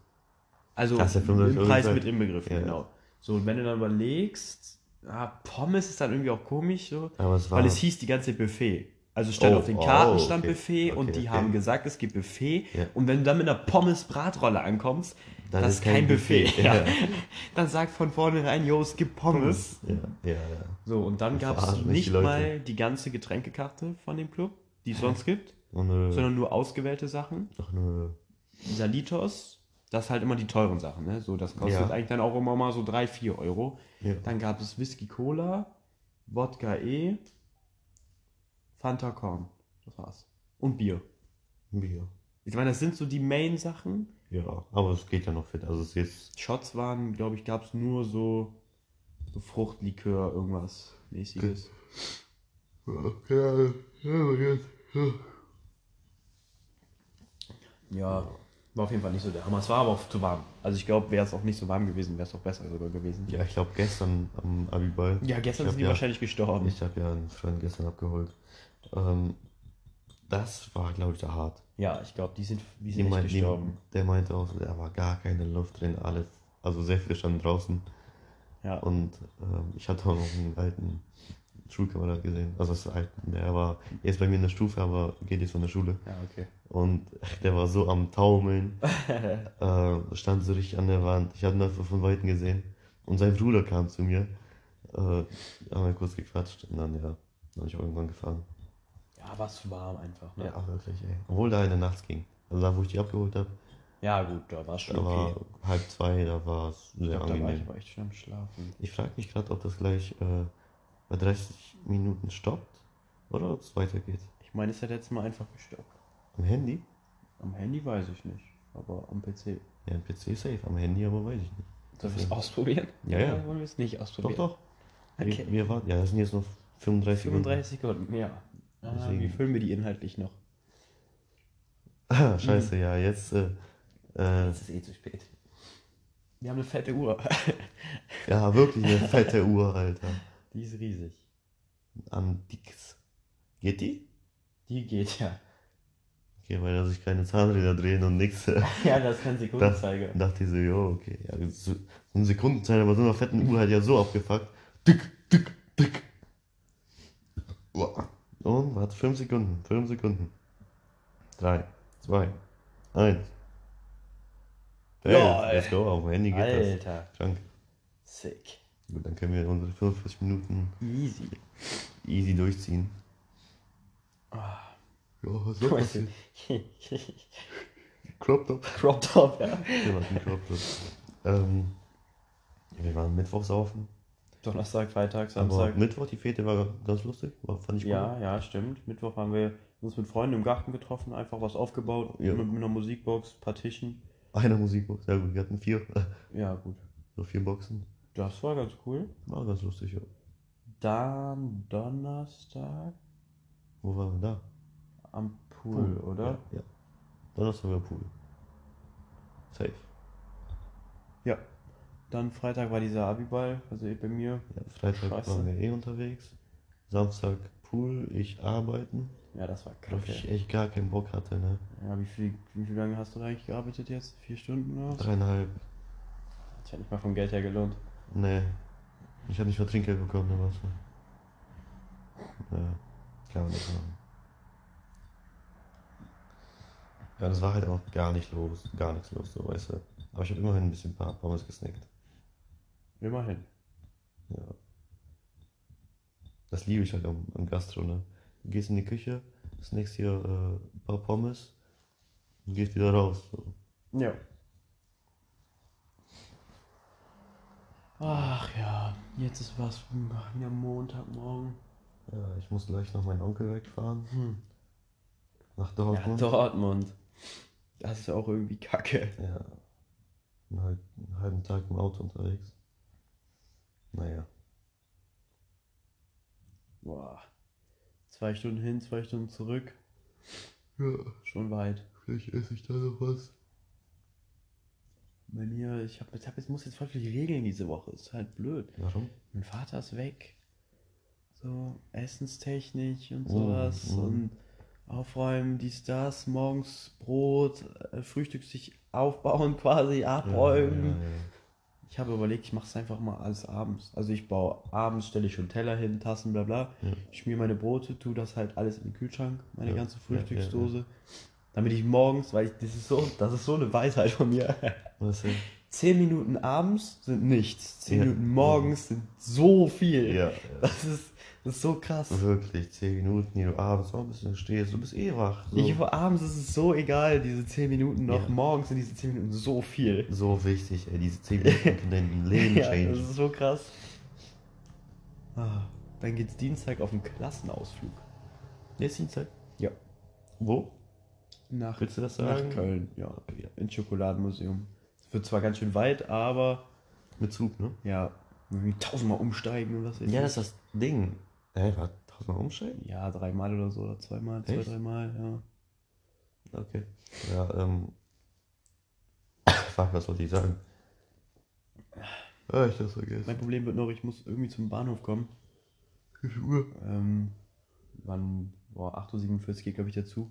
Speaker 2: Also
Speaker 1: Das ist ja
Speaker 2: im
Speaker 1: 35 Euro
Speaker 2: Preis
Speaker 1: bezahlt.
Speaker 2: mit inbegriffen,
Speaker 1: Ja.
Speaker 2: genau. So, und wenn du dann überlegst, ah, Pommes ist dann irgendwie auch komisch, so,
Speaker 1: Aber es war-
Speaker 2: weil es hieß die ganze Zeit Buffet. Also stand
Speaker 1: Oh,
Speaker 2: auf den
Speaker 1: oh,
Speaker 2: Karten stand
Speaker 1: okay.
Speaker 2: Buffet und
Speaker 1: Okay, okay.
Speaker 2: die haben gesagt, es gibt Buffet.
Speaker 1: Ja.
Speaker 2: Und wenn du dann mit einer Pommes-Bratrolle ankommst,
Speaker 1: Dann
Speaker 2: das
Speaker 1: ist
Speaker 2: ist
Speaker 1: kein
Speaker 2: kein, Buffet.
Speaker 1: Buffet,
Speaker 2: Ja.
Speaker 1: ja.
Speaker 2: Dann sagt von vornherein, jo, es gibt Pommes.
Speaker 1: Ja, ja, ja.
Speaker 2: So, und dann gab es
Speaker 1: verarschen mich die
Speaker 2: nicht
Speaker 1: Leute.
Speaker 2: mal die ganze Getränkekarte von dem Club, die es sonst gibt,
Speaker 1: Und äh,
Speaker 2: sondern nur ausgewählte Sachen.
Speaker 1: noch eine,
Speaker 2: Salitos, das halt immer die teuren Sachen, ne? So, das kostet
Speaker 1: Ja.
Speaker 2: eigentlich dann auch immer mal so 3, 4 Euro.
Speaker 1: ja.
Speaker 2: Dann gab es Whisky Cola, Wodka E, Fanta Korn. Das war's. Und Bier.
Speaker 1: ein Bier.
Speaker 2: Ich meine, das sind so die Main-Sachen.
Speaker 1: Ja, aber es geht ja noch fit. Also es ist
Speaker 2: Shots waren, glaube ich, gab es nur so Fruchtlikör, irgendwas mäßiges.
Speaker 1: jetzt... Ja, ja, ja.
Speaker 2: Ja, war auf jeden Fall nicht so der Hammer. Es war aber auch zu warm. Also ich glaube, wäre es auch nicht so warm gewesen, wäre es auch besser sogar gewesen.
Speaker 1: ja ich glaube gestern am Abiball.
Speaker 2: Ja, gestern
Speaker 1: Ich
Speaker 2: sind
Speaker 1: hab
Speaker 2: die
Speaker 1: ja,
Speaker 2: wahrscheinlich gestorben.
Speaker 1: Ich habe ja einen Freund gestern abgeholt. Ähm, das war, glaube ich, da hart.
Speaker 2: ja, ich glaube, die sind, die
Speaker 1: Die
Speaker 2: sind echt
Speaker 1: meint- die-
Speaker 2: gestorben.
Speaker 1: der meinte auch, da war gar keine Luft drin, alles. Also sehr viele standen draußen.
Speaker 2: Ja.
Speaker 1: Und ähm, ich hatte auch noch einen alten Schulkamerad gesehen. Also das alten, der war jetzt bei mir in der Stufe, aber geht jetzt von der Schule.
Speaker 2: ja, okay.
Speaker 1: Und der war so am Taumeln, äh, stand so richtig an der Wand. Ich habe ihn einfach von Weitem gesehen. Und sein Bruder kam zu mir. Äh, haben wir kurz gequatscht und dann, ja, dann habe ich auch irgendwann gefahren.
Speaker 2: Ja, war zu warm einfach. Ne?
Speaker 1: Ja, wirklich, ey. Obwohl da eine nachts ging. Also da, wo ich die abgeholt habe,
Speaker 2: Ja. gut, da war es schon
Speaker 1: da war
Speaker 2: okay.
Speaker 1: halb zwei, da war es
Speaker 2: Ich
Speaker 1: sehr
Speaker 2: glaub, da war ich
Speaker 1: angenehm.
Speaker 2: aber echt schon am Schlafen.
Speaker 1: Ich frage mich gerade, ob das gleich äh, bei 30 Minuten stoppt oder ob es weitergeht.
Speaker 2: Ich meine, es hat jetzt mal einfach gestoppt.
Speaker 1: Am Handy?
Speaker 2: Am Handy weiß ich nicht, aber am PC.
Speaker 1: Ja, am PC safe, am Handy aber weiß ich nicht.
Speaker 2: Soll ich es ausprobieren?
Speaker 1: Ja, ja.
Speaker 2: Oder wollen wir es nicht
Speaker 1: Doch,
Speaker 2: ausprobieren?
Speaker 1: doch.
Speaker 2: Okay.
Speaker 1: Wir, wir warten. Ja, das sind jetzt noch 35 Minuten.
Speaker 2: 35 Sekunden, ja. Ah,
Speaker 1: Deswegen-
Speaker 2: wie füllen wir die inhaltlich noch?
Speaker 1: Ah, scheiße, ja, jetzt. Äh, äh,
Speaker 2: Es ist eh zu spät. Wir haben eine fette Uhr.
Speaker 1: ja, wirklich eine fette Uhr, Alter.
Speaker 2: die ist riesig.
Speaker 1: Am Dix. Geht die?
Speaker 2: Die geht ja.
Speaker 1: Okay, weil er sich keine Zahnräder drehen und nichts.
Speaker 2: Ja, das kann Sekundenzeiger.
Speaker 1: Dann dachte ich so, jo, okay. Ja, so so ein Sekundenzeiger bei so einer fetten Uhr hat ja so abgefuckt. Dick, dick, dick. Uah. Und hat 5 Sekunden, 5 Sekunden. 3, 2, 1.
Speaker 2: Lol.
Speaker 1: Hey, let's go, auf dem Handy geht
Speaker 2: Alter,
Speaker 1: das. Krank.
Speaker 2: sick.
Speaker 1: Gut, dann können wir unsere 45 Minuten
Speaker 2: Easy.
Speaker 1: easy durchziehen. Ja, was soll das denn? Crop Top.
Speaker 2: Crop Top, ja.
Speaker 1: Wir hatten Crop Top. Ähm, ja, wir waren Mittwoch saufen.
Speaker 2: Donnerstag,
Speaker 1: Aber
Speaker 2: Freitag, Samstag.
Speaker 1: Mittwoch, die Fete war ganz lustig. War, fand ich
Speaker 2: Ja, ja, stimmt. Mittwoch haben wir uns mit Freunden im Garten getroffen, einfach was aufgebaut,
Speaker 1: Ja.
Speaker 2: mit, mit einer Musikbox, Partition.
Speaker 1: cool. Einer Musikbox. Ja gut, wir hatten vier.
Speaker 2: Ja, gut.
Speaker 1: So vier Boxen.
Speaker 2: Das war ganz cool.
Speaker 1: War ganz lustig, ja.
Speaker 2: Dann Donnerstag
Speaker 1: Wo waren wir da?
Speaker 2: am Pool, oder?
Speaker 1: Ja. ja. Donnerstag war Pool. Safe.
Speaker 2: Ja. Dann Freitag war dieser Abiball, also bei mir.
Speaker 1: Ja, Freitag
Speaker 2: Scheiße.
Speaker 1: waren wir eh unterwegs. Samstag Pool, ich arbeiten.
Speaker 2: Ja, das war
Speaker 1: Weil
Speaker 2: krass.
Speaker 1: ich echt gar keinen Bock hatte, ne?
Speaker 2: Ja, wie viel, wie viel lange hast du da eigentlich gearbeitet jetzt? Vier Stunden oder was?
Speaker 1: Dreieinhalb.
Speaker 2: Das hat nicht mal vom Geld her gelohnt.
Speaker 1: Nee. Ich habe nicht mal Trinkgeld bekommen, ne, was? Ja, kann man nicht machen. Ja, das war halt auch gar nicht los, gar nichts los, so weißt du. Aber ich habe immerhin ein bisschen Pa- Pommes gesnackt.
Speaker 2: Immerhin.
Speaker 1: Ja. Das liebe ich halt am, am Gastro, ne? Du gehst in die Küche, snackst hier äh, ein paar Pommes und gehst wieder raus. So.
Speaker 2: Ja. Ach ja, jetzt ist was wieder Montagmorgen.
Speaker 1: Ja, ich muss gleich noch meinen Onkel wegfahren.
Speaker 2: Hm.
Speaker 1: Nach
Speaker 2: Ja,
Speaker 1: Dortmund.
Speaker 2: Dortmund. Das ist auch irgendwie kacke.
Speaker 1: Ja. Bin halt einen halben Tag im Auto unterwegs. Naja.
Speaker 2: Boah. Zwei Stunden hin, zwei Stunden zurück.
Speaker 1: Ja,
Speaker 2: Schon weit.
Speaker 1: vielleicht esse ich da noch was.
Speaker 2: Bei mir, ich hab, ich hab jetzt muss jetzt voll viel regeln diese Woche. Ist halt blöd.
Speaker 1: Warum?
Speaker 2: Mein Vater ist weg. So, essenstechnisch und
Speaker 1: Mm,
Speaker 2: sowas.
Speaker 1: mm.
Speaker 2: Und aufräumen, dies, das, morgens Brot, äh, Frühstück sich aufbauen quasi, abräumen.
Speaker 1: Ja, ja, ja.
Speaker 2: Ich habe überlegt, ich mache es einfach mal alles abends. Also ich baue abends, stelle ich schon Teller hin, Tassen, bla bla.
Speaker 1: Ja.
Speaker 2: Schmier meine Brote, tu das halt alles in den Kühlschrank, meine
Speaker 1: Ja,
Speaker 2: ganze
Speaker 1: ja, ja, ja.
Speaker 2: Frühstücksdose. Damit ich morgens, weil ich, das ist so, das ist so eine Weisheit von mir.
Speaker 1: Was denn?
Speaker 2: Zehn Minuten abends sind nichts. Zehn
Speaker 1: Ja.
Speaker 2: Minuten morgens sind so viel.
Speaker 1: Ja, ja.
Speaker 2: Das ist, das ist so krass.
Speaker 1: Wirklich, 10 Minuten, die du abends noch ein bisschen stehst. Du bist eh wach. So,
Speaker 2: Ich, abends ist es so egal, diese zehn Minuten noch.
Speaker 1: Ja.
Speaker 2: Morgens sind diese zehn Minuten so viel.
Speaker 1: so wichtig, ey. Diese 10 Minuten können dein Leben
Speaker 2: Ja, das
Speaker 1: changen.
Speaker 2: ist so krass. Ah, Dann geht's Dienstag auf einen Klassenausflug.
Speaker 1: Jetzt Dienstag.
Speaker 2: Ja.
Speaker 1: Wo?
Speaker 2: Nach,
Speaker 1: Willst du das sagen?
Speaker 2: nach Köln, ja.
Speaker 1: Ja.
Speaker 2: Ins Schokoladenmuseum. Es wird zwar ganz schön weit, aber
Speaker 1: Mit Zug, ne?
Speaker 2: ja, irgendwie tausendmal umsteigen und was weiß ich.
Speaker 1: ist das Ding. Hä, war tausendmal umsteigen?
Speaker 2: Ja, dreimal oder so, oder zweimal, zwei,
Speaker 1: Echt?
Speaker 2: dreimal, ja.
Speaker 1: Okay. Ja, ähm. Fuck, was wollte ich sagen? Ah, ich hab's vergessen.
Speaker 2: Mein Problem wird noch, ich muss irgendwie zum Bahnhof kommen.
Speaker 1: Wie viel Uhr?
Speaker 2: Ähm, wann, boah, 8.47 Uhr geht, glaube ich, der Zug.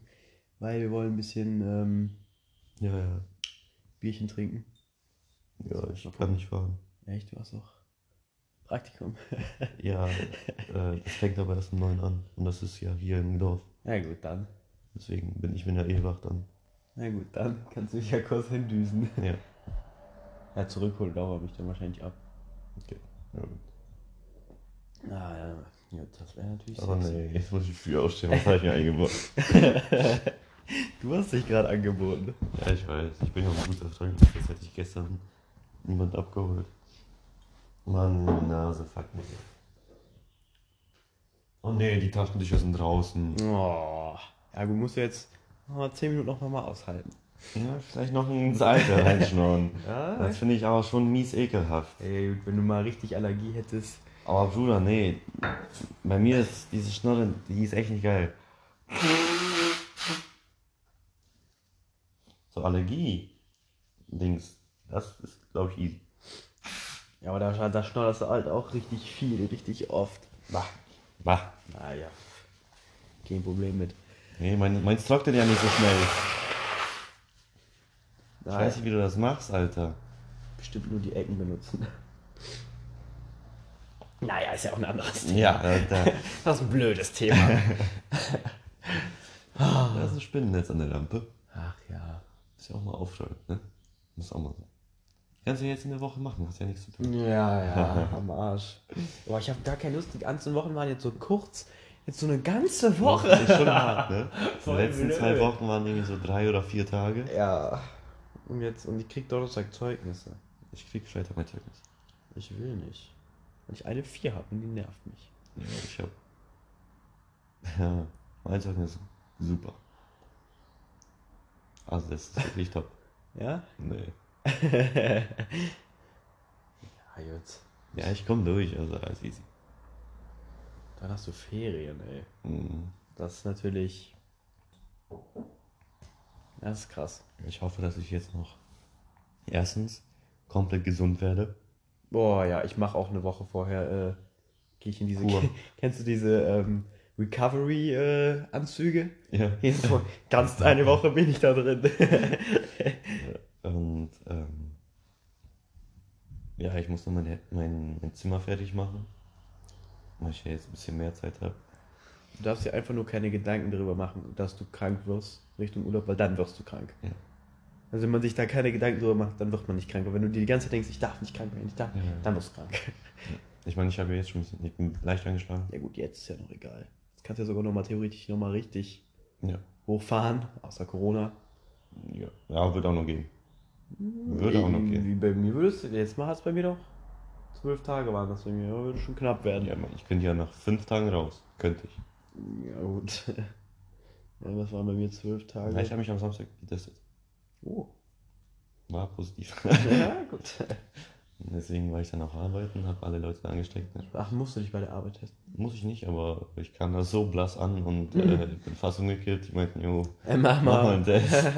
Speaker 2: Weil wir wollen ein bisschen ähm,
Speaker 1: Ja, ja.
Speaker 2: Bierchen trinken.
Speaker 1: Ja,
Speaker 2: Soll ich
Speaker 1: ich
Speaker 2: noch
Speaker 1: kann nicht fahren.
Speaker 2: Echt, du hast doch Praktikum.
Speaker 1: Ja, äh, das fängt aber erst um 9 an. Und das ist ja hier im Dorf.
Speaker 2: Na gut, dann.
Speaker 1: Deswegen bin ich bin ja eh wach dann.
Speaker 2: Na gut, dann kannst du mich ja kurz hindüsen.
Speaker 1: Ja.
Speaker 2: Ja, zurückholen dauert mich dann wahrscheinlich ab.
Speaker 1: Okay. Ja, gut.
Speaker 2: Ah, ja. ja das wäre natürlich
Speaker 1: Aber
Speaker 2: sexy.
Speaker 1: Oh, nee, jetzt muss ich früh aufstehen. Was habe ich mir eingebaut?
Speaker 2: Du hast dich gerade angeboten.
Speaker 1: Ja, ich weiß. Ich bin ja um ein guter Freund. Das hätte ich gestern niemand abgeholt. Mann, meine Nase, fuck mich. Oh nee, die Taschentücher sind draußen.
Speaker 2: Oh. Ja, du musst jetzt oh, 10 Minuten noch mal aushalten.
Speaker 1: Ja, vielleicht noch ins Alter reinschnorren.
Speaker 2: Ja.
Speaker 1: Das finde ich aber schon mies ekelhaft.
Speaker 2: Ey, gut, wenn du mal richtig Allergie hättest.
Speaker 1: Aber Bruder, nee. Bei mir ist diese Schnorre, die ist echt nicht geil. So Allergie-Dings, das ist, glaube ich, easy.
Speaker 2: Ja, aber da, da schnodderst du halt auch richtig viel, richtig oft.
Speaker 1: Bah. Bah.
Speaker 2: Naja. Kein Problem mit.
Speaker 1: Nee, mein, meins trocknet ja nicht so schnell. Ich
Speaker 2: Nein,
Speaker 1: weiß nicht, wie du das machst, Alter.
Speaker 2: bestimmt nur die Ecken benutzen. Naja, ist ja auch ein anderes Thema.
Speaker 1: Ja, Alter.
Speaker 2: Das ist ein blödes Thema.
Speaker 1: Da ist ein Spinnennetz an der Lampe.
Speaker 2: Ach ja.
Speaker 1: Muss ja auch mal aufräumen, ne? Muss auch mal sein. Kannst du ja jetzt in der Woche machen, hast ja nichts zu tun.
Speaker 2: Ja, ja, am Arsch. Boah, ich habe gar keine Lust, die ganzen Wochen waren jetzt so kurz. Jetzt so eine ganze Woche.
Speaker 1: Das ist schon hart, ne? Die
Speaker 2: Voll
Speaker 1: letzten
Speaker 2: blöd.
Speaker 1: zwei Wochen waren irgendwie so drei oder vier Tage.
Speaker 2: Ja. Und jetzt, und ich krieg Donnerstag Zeugnisse.
Speaker 1: Ich krieg Freitag mein Zeugnis.
Speaker 2: Ich will nicht. Und ich eine 4 habe und die nervt mich.
Speaker 1: Ja, ich hab. Ja, mein Zeugnis ist super. Also, das ist wirklich top.
Speaker 2: Ja?
Speaker 1: Nee.
Speaker 2: Ja, jetzt.
Speaker 1: Ja, ich komm durch, also alles easy.
Speaker 2: Dann hast du Ferien, ey.
Speaker 1: Mhm.
Speaker 2: Das ist natürlich. Das ist krass.
Speaker 1: Ich hoffe, dass ich jetzt noch erstens komplett gesund werde.
Speaker 2: Boah, ja, ich mache auch eine Woche vorher, äh, gehe ich in diese.
Speaker 1: Kur.
Speaker 2: Kennst du diese ähm, Recovery-Anzüge?
Speaker 1: Ja.
Speaker 2: Hier so, ganz eine Woche bin ich da drin.
Speaker 1: Und ähm, ja, ich muss noch mein, mein, mein Zimmer fertig machen. Weil ich ja jetzt ein bisschen mehr Zeit habe.
Speaker 2: Du darfst dir einfach nur keine Gedanken darüber machen, dass du krank wirst Richtung Urlaub, weil dann wirst du krank.
Speaker 1: Ja.
Speaker 2: Also wenn man sich da keine Gedanken darüber macht, dann wird man nicht krank. Aber wenn du dir die ganze Zeit denkst, ich darf nicht krank werden, ich darf,
Speaker 1: Ja.
Speaker 2: dann wirst du krank.
Speaker 1: Ich meine, ich habe ja jetzt schon ein bisschen, ich bin leicht angeschlagen.
Speaker 2: Ja gut, jetzt ist ja noch egal. Jetzt kannst du ja sogar nochmal theoretisch nochmal richtig
Speaker 1: Ja.
Speaker 2: hochfahren, außer Corona.
Speaker 1: Ja, ja wird auch noch gehen. Würde auch noch gehen.
Speaker 2: Wie bei mir würdest du, jetzt mal hat es bei mir doch zwölf Tage waren das bei mir, würde schon knapp werden.
Speaker 1: Ja, Mann, ich könnte ja nach fünf Tagen raus. Könnte ich.
Speaker 2: Ja, gut. Ja, was waren bei mir zwölf Tage?
Speaker 1: Ja, ich habe mich am Samstag getestet.
Speaker 2: oh.
Speaker 1: War positiv.
Speaker 2: Ja, gut.
Speaker 1: Deswegen war ich dann auch arbeiten, habe alle Leute angesteckt. Ne?
Speaker 2: Ach, musst du dich bei der Arbeit testen?
Speaker 1: Muss ich nicht, aber ich kam da so blass an und äh, bin fast umgekippt. Die meinten, jo,
Speaker 2: Äh, mach
Speaker 1: mach mal einen Test.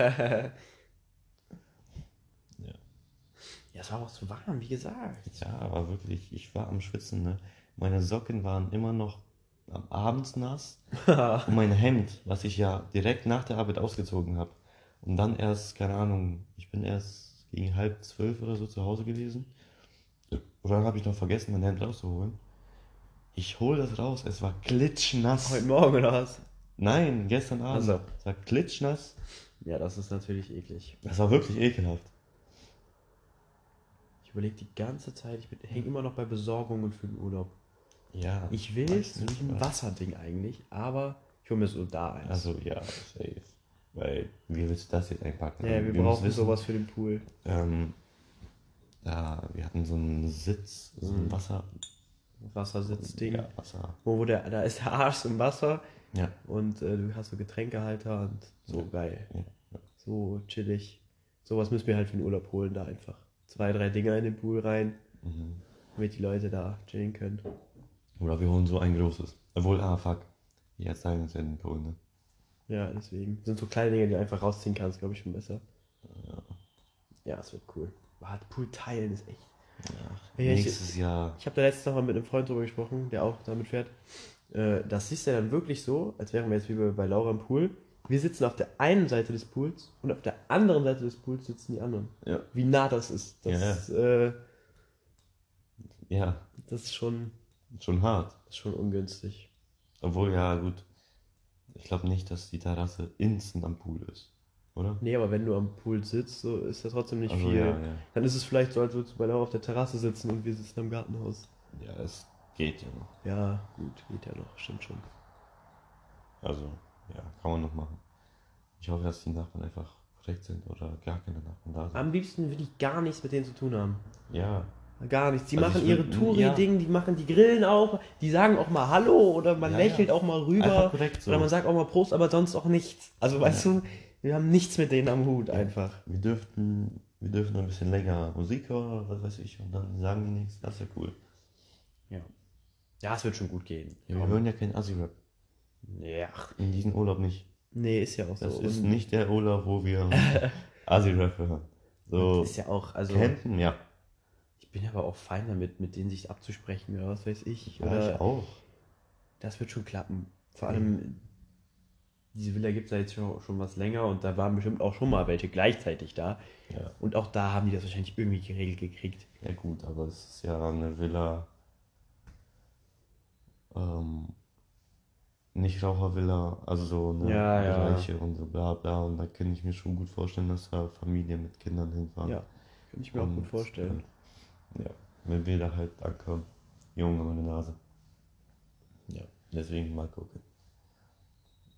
Speaker 2: Ja, es war auch zu warm, wie gesagt.
Speaker 1: Ja, aber wirklich, ich war am Schwitzen, ne? Meine Socken waren immer noch am abends nass. und mein Hemd, was ich ja direkt nach der Arbeit ausgezogen habe. Und dann erst, keine Ahnung, ich bin erst gegen halb zwölf oder so zu Hause gewesen. Und dann habe ich noch vergessen, mein Hemd rauszuholen. Ich hole das raus, es war klitschnass.
Speaker 2: Heute Morgen oder was?
Speaker 1: Nein, gestern Abend.
Speaker 2: Also.
Speaker 1: Es war klitschnass.
Speaker 2: Ja, das ist natürlich eklig.
Speaker 1: Das war wirklich ekelhaft.
Speaker 2: Ich überlege die ganze Zeit, ich hänge immer noch bei Besorgungen für den Urlaub.
Speaker 1: Ja.
Speaker 2: Ich will
Speaker 1: weiß
Speaker 2: so
Speaker 1: nicht,
Speaker 2: ein
Speaker 1: was-
Speaker 2: Wasserding eigentlich, aber ich hole mir so da eins.
Speaker 1: Also ja, safe. Weil, wie willst du das jetzt einpacken?
Speaker 2: ja, wir,
Speaker 1: also müssen
Speaker 2: brauchen
Speaker 1: wissen,
Speaker 2: sowas für den Pool.
Speaker 1: Ähm, da, wir hatten so einen Sitz, so ein
Speaker 2: Mhm.
Speaker 1: Wasser.
Speaker 2: Wassersitzding.
Speaker 1: Ja, Wasser.
Speaker 2: Wo, wo der, da ist der Arsch im Wasser
Speaker 1: Ja.
Speaker 2: und äh, du hast so Getränkehalter und so
Speaker 1: Ja.
Speaker 2: geil.
Speaker 1: ja.
Speaker 2: So chillig. Sowas müssen wir halt für den Urlaub holen, da einfach. Zwei, drei Dinger in den Pool rein,
Speaker 1: Mhm.
Speaker 2: damit die Leute da chillen können.
Speaker 1: Oder wir holen so ein großes. Obwohl, ah, fuck. Jetzt sagen wir es in den Pool, ne?
Speaker 2: Ja, deswegen. Sind so kleine Dinge, die du einfach rausziehen kannst, glaube ich, schon besser. Ja, es wird cool. Ah, Pool teilen ist echt. Ja, ich-
Speaker 1: Nächstes Jahr.
Speaker 2: Ich habe da letztens noch mal mit einem Freund drüber gesprochen, der auch damit fährt. Äh, das siehst du ja dann wirklich so, als wären wir jetzt wie bei, bei Laura im Pool. Wir sitzen auf der einen Seite des Pools und auf der anderen Seite des Pools sitzen die anderen.
Speaker 1: Ja.
Speaker 2: Wie nah das ist. Das,
Speaker 1: Ja, ja.
Speaker 2: ist, äh,
Speaker 1: Ja,
Speaker 2: das ist schon,
Speaker 1: schon hart.
Speaker 2: das ist schon ungünstig.
Speaker 1: Obwohl, ja, gut. Ich glaube nicht, dass die Terrasse instant am Pool ist. Oder?
Speaker 2: Nee, aber wenn du am Pool sitzt, so ist da trotzdem nicht
Speaker 1: Also,
Speaker 2: viel.
Speaker 1: ja, ja.
Speaker 2: Dann ist es vielleicht so, als würdest du bei Laura auf der Terrasse sitzen und wir sitzen am Gartenhaus.
Speaker 1: Ja, es geht ja noch.
Speaker 2: Ja, gut, geht ja noch, stimmt schon.
Speaker 1: Also, ja, kann man noch machen. Ich hoffe, dass die Nachbarn einfach korrekt sind oder gar keine Nachbarn da sind.
Speaker 2: Am liebsten will ich gar nichts mit denen zu tun haben.
Speaker 1: Ja,
Speaker 2: Gar nichts. Die
Speaker 1: Also
Speaker 2: machen
Speaker 1: ich
Speaker 2: ihre
Speaker 1: würd-
Speaker 2: Touri-Ding, die machen die Grillen auch, die sagen auch mal Hallo oder man
Speaker 1: Ja,
Speaker 2: lächelt
Speaker 1: ja.
Speaker 2: auch mal
Speaker 1: einfach
Speaker 2: rüber
Speaker 1: korrekt so.
Speaker 2: oder man sagt auch mal Prost, aber sonst auch nichts. Also weißt du, wir haben nichts mit denen am Hut einfach.
Speaker 1: wir dürften, wir dürfen ein bisschen länger Musik hören oder was weiß ich und dann sagen die nichts. Das ist ja cool.
Speaker 2: Ja. Ja, es wird schon gut gehen.
Speaker 1: Ja, wir hören ja keinen Assi-Rap.
Speaker 2: Ja.
Speaker 1: In diesem Urlaub nicht.
Speaker 2: Nee, ist ja auch so.
Speaker 1: Das ist
Speaker 2: Und
Speaker 1: nicht der Urlaub, wo wir Assi-Rap hören. So,
Speaker 2: ist ja auch, also
Speaker 1: campen, ja.
Speaker 2: ich bin aber auch fein damit, mit denen sich abzusprechen oder was weiß ich.
Speaker 1: Ja,
Speaker 2: oder
Speaker 1: ich auch.
Speaker 2: Das wird schon klappen. Vor allem, diese Villa gibt es ja jetzt schon, schon was länger und da waren bestimmt auch schon mal welche gleichzeitig da.
Speaker 1: Ja.
Speaker 2: Und auch da haben die das wahrscheinlich irgendwie geregelt gekriegt.
Speaker 1: Ja gut, aber es ist ja eine Villa. Ähm, Nichtrauchervilla, also so eine
Speaker 2: Ja, ja.
Speaker 1: Reiche und so bla bla. Und da kann ich mir schon gut vorstellen, dass da Familien mit Kindern hinfahren.
Speaker 2: Ja, kann ich mir auch
Speaker 1: Und,
Speaker 2: gut vorstellen.
Speaker 1: äh, Ja, wenn wir da halt ankommen. Junge, meine Nase. Ja, deswegen mal gucken.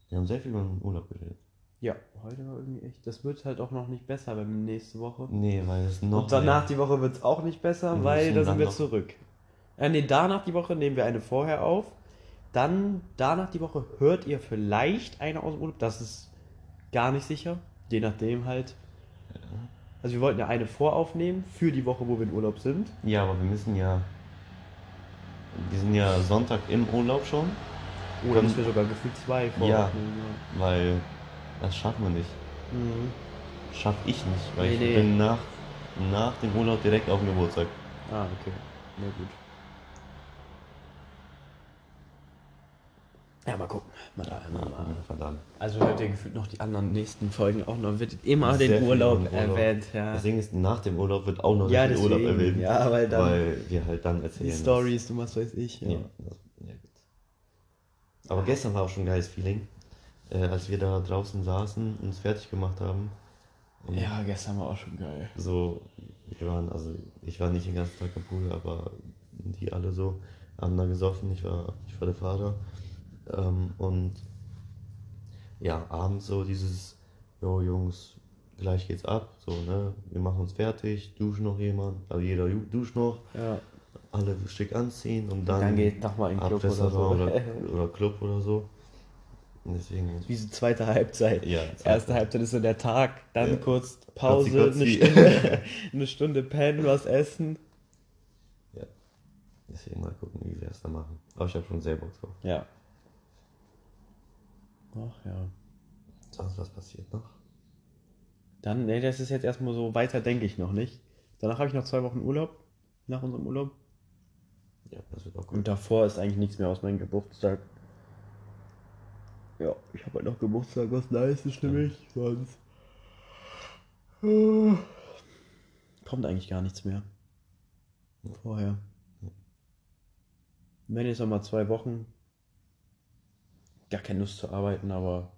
Speaker 1: Wir haben sehr viel über den Urlaub geredet.
Speaker 2: Ja, heute war irgendwie echt. Das wird halt auch noch nicht besser beim nächste Woche.
Speaker 1: Nee, weil es noch.
Speaker 2: Und danach
Speaker 1: mehr-
Speaker 2: die Woche wird es auch nicht besser,
Speaker 1: Oh, Wir
Speaker 2: weil
Speaker 1: müssen
Speaker 2: da sind
Speaker 1: dann
Speaker 2: wir
Speaker 1: noch-
Speaker 2: zurück. Äh, nee, danach die Woche nehmen wir eine vorher auf. Dann, danach die Woche hört ihr vielleicht eine aus dem Urlaub. Das ist gar nicht sicher. Je nachdem halt. Also wir wollten ja eine voraufnehmen für die Woche, wo wir in Urlaub sind.
Speaker 1: Ja, aber wir müssen ja. Wir sind ja Sonntag im Urlaub schon,
Speaker 2: Oder müssen wir sogar gefühlt zwei voraufnehmen.
Speaker 1: weil das schaffen wir nicht.
Speaker 2: Ja. Mhm.
Speaker 1: Schaff ich nicht, weil
Speaker 2: Nee,
Speaker 1: ich
Speaker 2: nee.
Speaker 1: bin nach, nach dem Urlaub direkt auf dem Geburtstag.
Speaker 2: Ah, okay. Na gut. Ja, mal gucken. Mal, mal, mal.
Speaker 1: Verdammt.
Speaker 2: Also hört ihr gefühlt noch die anderen nächsten Folgen auch noch, wird immer den
Speaker 1: Sehr viel
Speaker 2: Urlaub,
Speaker 1: über den Urlaub.
Speaker 2: erwähnt, ja.
Speaker 1: Das Ding ist, nach dem Urlaub wird auch noch
Speaker 2: ja,
Speaker 1: der
Speaker 2: deswegen,
Speaker 1: Urlaub erwähnt.
Speaker 2: ja, weil dann
Speaker 1: weil wir halt dann erzählen.
Speaker 2: die
Speaker 1: was-
Speaker 2: Stories und was weiß ich. Ja.
Speaker 1: Ja. das- ja, gut. Aber gestern war auch schon ein geiles Feeling, äh, als wir da draußen saßen, uns fertig gemacht haben. Und
Speaker 2: Ja, gestern war auch schon geil.
Speaker 1: So, wir waren, also ich war nicht den ganzen Tag am Pool, aber die alle so haben da gesoffen. Ich war, ich war der Fahrer. Ähm, und ja, abends so dieses, jo Jungs, gleich geht's ab, so, ne? Wir machen uns fertig, duschen noch jemand, also jeder ju- duscht noch,
Speaker 2: Ja.
Speaker 1: alle schick anziehen und
Speaker 2: Dann,
Speaker 1: dann,
Speaker 2: geht nochmal in den
Speaker 1: ab
Speaker 2: Club oder so.
Speaker 1: Restaurant oder, oder Club oder so. Und deswegen,
Speaker 2: Wie so zweite Halbzeit.
Speaker 1: Ja, zweite.
Speaker 2: Erste Halbzeit ist so der Tag, dann
Speaker 1: Ja.
Speaker 2: kurz Pause,
Speaker 1: Kotzi, kotzi.
Speaker 2: Eine, Stunde, eine Stunde pennen, was essen.
Speaker 1: deswegen mal gucken, wie wir das da machen. Aber ich habe schon sehr Bock drauf.
Speaker 2: Ja. Ach ja.
Speaker 1: Sonst was passiert noch?
Speaker 2: Dann, nee, das ist jetzt erstmal so, weiter denke ich noch nicht. Danach habe ich noch zwei Wochen Urlaub, nach unserem Urlaub.
Speaker 1: Ja, das wird auch gut.
Speaker 2: Und davor ist eigentlich nichts mehr aus meinem Geburtstag. Ja, ich habe halt noch Geburtstag, was nice ist nämlich, sonst. äh, Kommt eigentlich gar nichts mehr. Vorher. Wenn jetzt nochmal zwei Wochen. Gar keine Lust zu arbeiten, aber.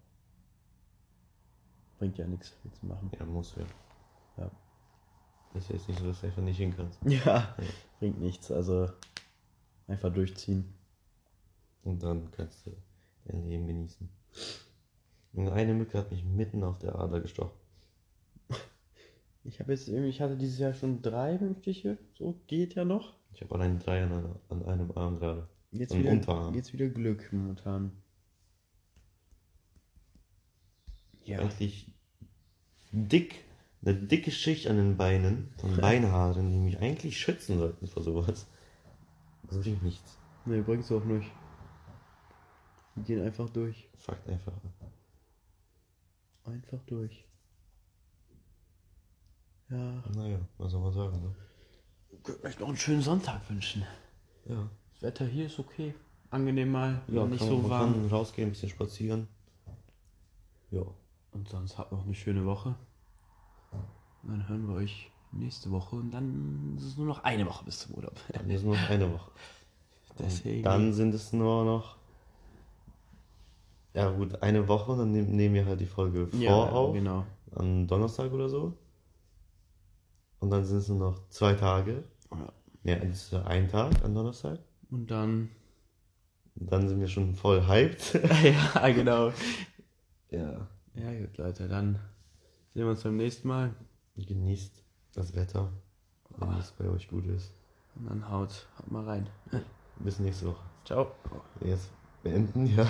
Speaker 2: Bringt ja nichts viel zu machen.
Speaker 1: Ja, muss ja.
Speaker 2: Ja.
Speaker 1: Das ist jetzt nicht so, dass du einfach nicht hin kannst.
Speaker 2: Ja, bringt nichts, also. Einfach durchziehen.
Speaker 1: Und dann kannst du dein Leben genießen. Und eine Mücke hat mich mitten auf der Ader gestochen.
Speaker 2: Ich habe jetzt irgendwie, ich hatte dieses Jahr schon drei Stiche, so geht ja noch.
Speaker 1: Ich habe allein drei an, einer, an einem Arm gerade.
Speaker 2: Jetzt
Speaker 1: Am
Speaker 2: wieder,
Speaker 1: Unterarm.
Speaker 2: jetzt wieder Glück momentan. Ja,
Speaker 1: Richtig dick. Eine dicke Schicht an den Beinen von Beinhaaren, die mich eigentlich schützen sollten vor sowas. Das bringt nichts.
Speaker 2: ne, bringst du auch nicht. Die gehen einfach durch.
Speaker 1: Fuckt einfach ab.
Speaker 2: Einfach durch. Ja.
Speaker 1: Naja, was soll man sagen, ne?
Speaker 2: Könnt euch noch einen schönen Sonntag wünschen.
Speaker 1: Ja.
Speaker 2: Das Wetter hier ist okay. Angenehm mal,
Speaker 1: Ja,
Speaker 2: nicht
Speaker 1: kann,
Speaker 2: so
Speaker 1: man
Speaker 2: warm.
Speaker 1: kann rausgehen, ein bisschen spazieren. Ja.
Speaker 2: Und sonst habt noch eine schöne Woche. Und dann hören wir euch nächste Woche und dann ist es nur noch eine Woche bis zum Urlaub.
Speaker 1: Dann ist nur noch eine Woche.
Speaker 2: Deswegen.
Speaker 1: Dann sind es nur noch. Ja, gut, eine Woche und dann nehm- nehmen wir halt die Folge vor auf.
Speaker 2: genau.
Speaker 1: Am Donnerstag oder so. Und dann sind es nur noch zwei Tage.
Speaker 2: Ja.
Speaker 1: Ja, es ist ja ein Tag am Donnerstag.
Speaker 2: Und dann.
Speaker 1: Und dann sind wir schon voll hyped.
Speaker 2: ja, genau.
Speaker 1: Ja.
Speaker 2: Ja, gut, Leute, dann sehen wir uns beim nächsten Mal.
Speaker 1: Genießt das Wetter,
Speaker 2: Ah.
Speaker 1: wenn es bei euch gut ist.
Speaker 2: Und dann haut, haut mal rein.
Speaker 1: Bis nächste Woche.
Speaker 2: Ciao.
Speaker 1: Jetzt beenden, ja.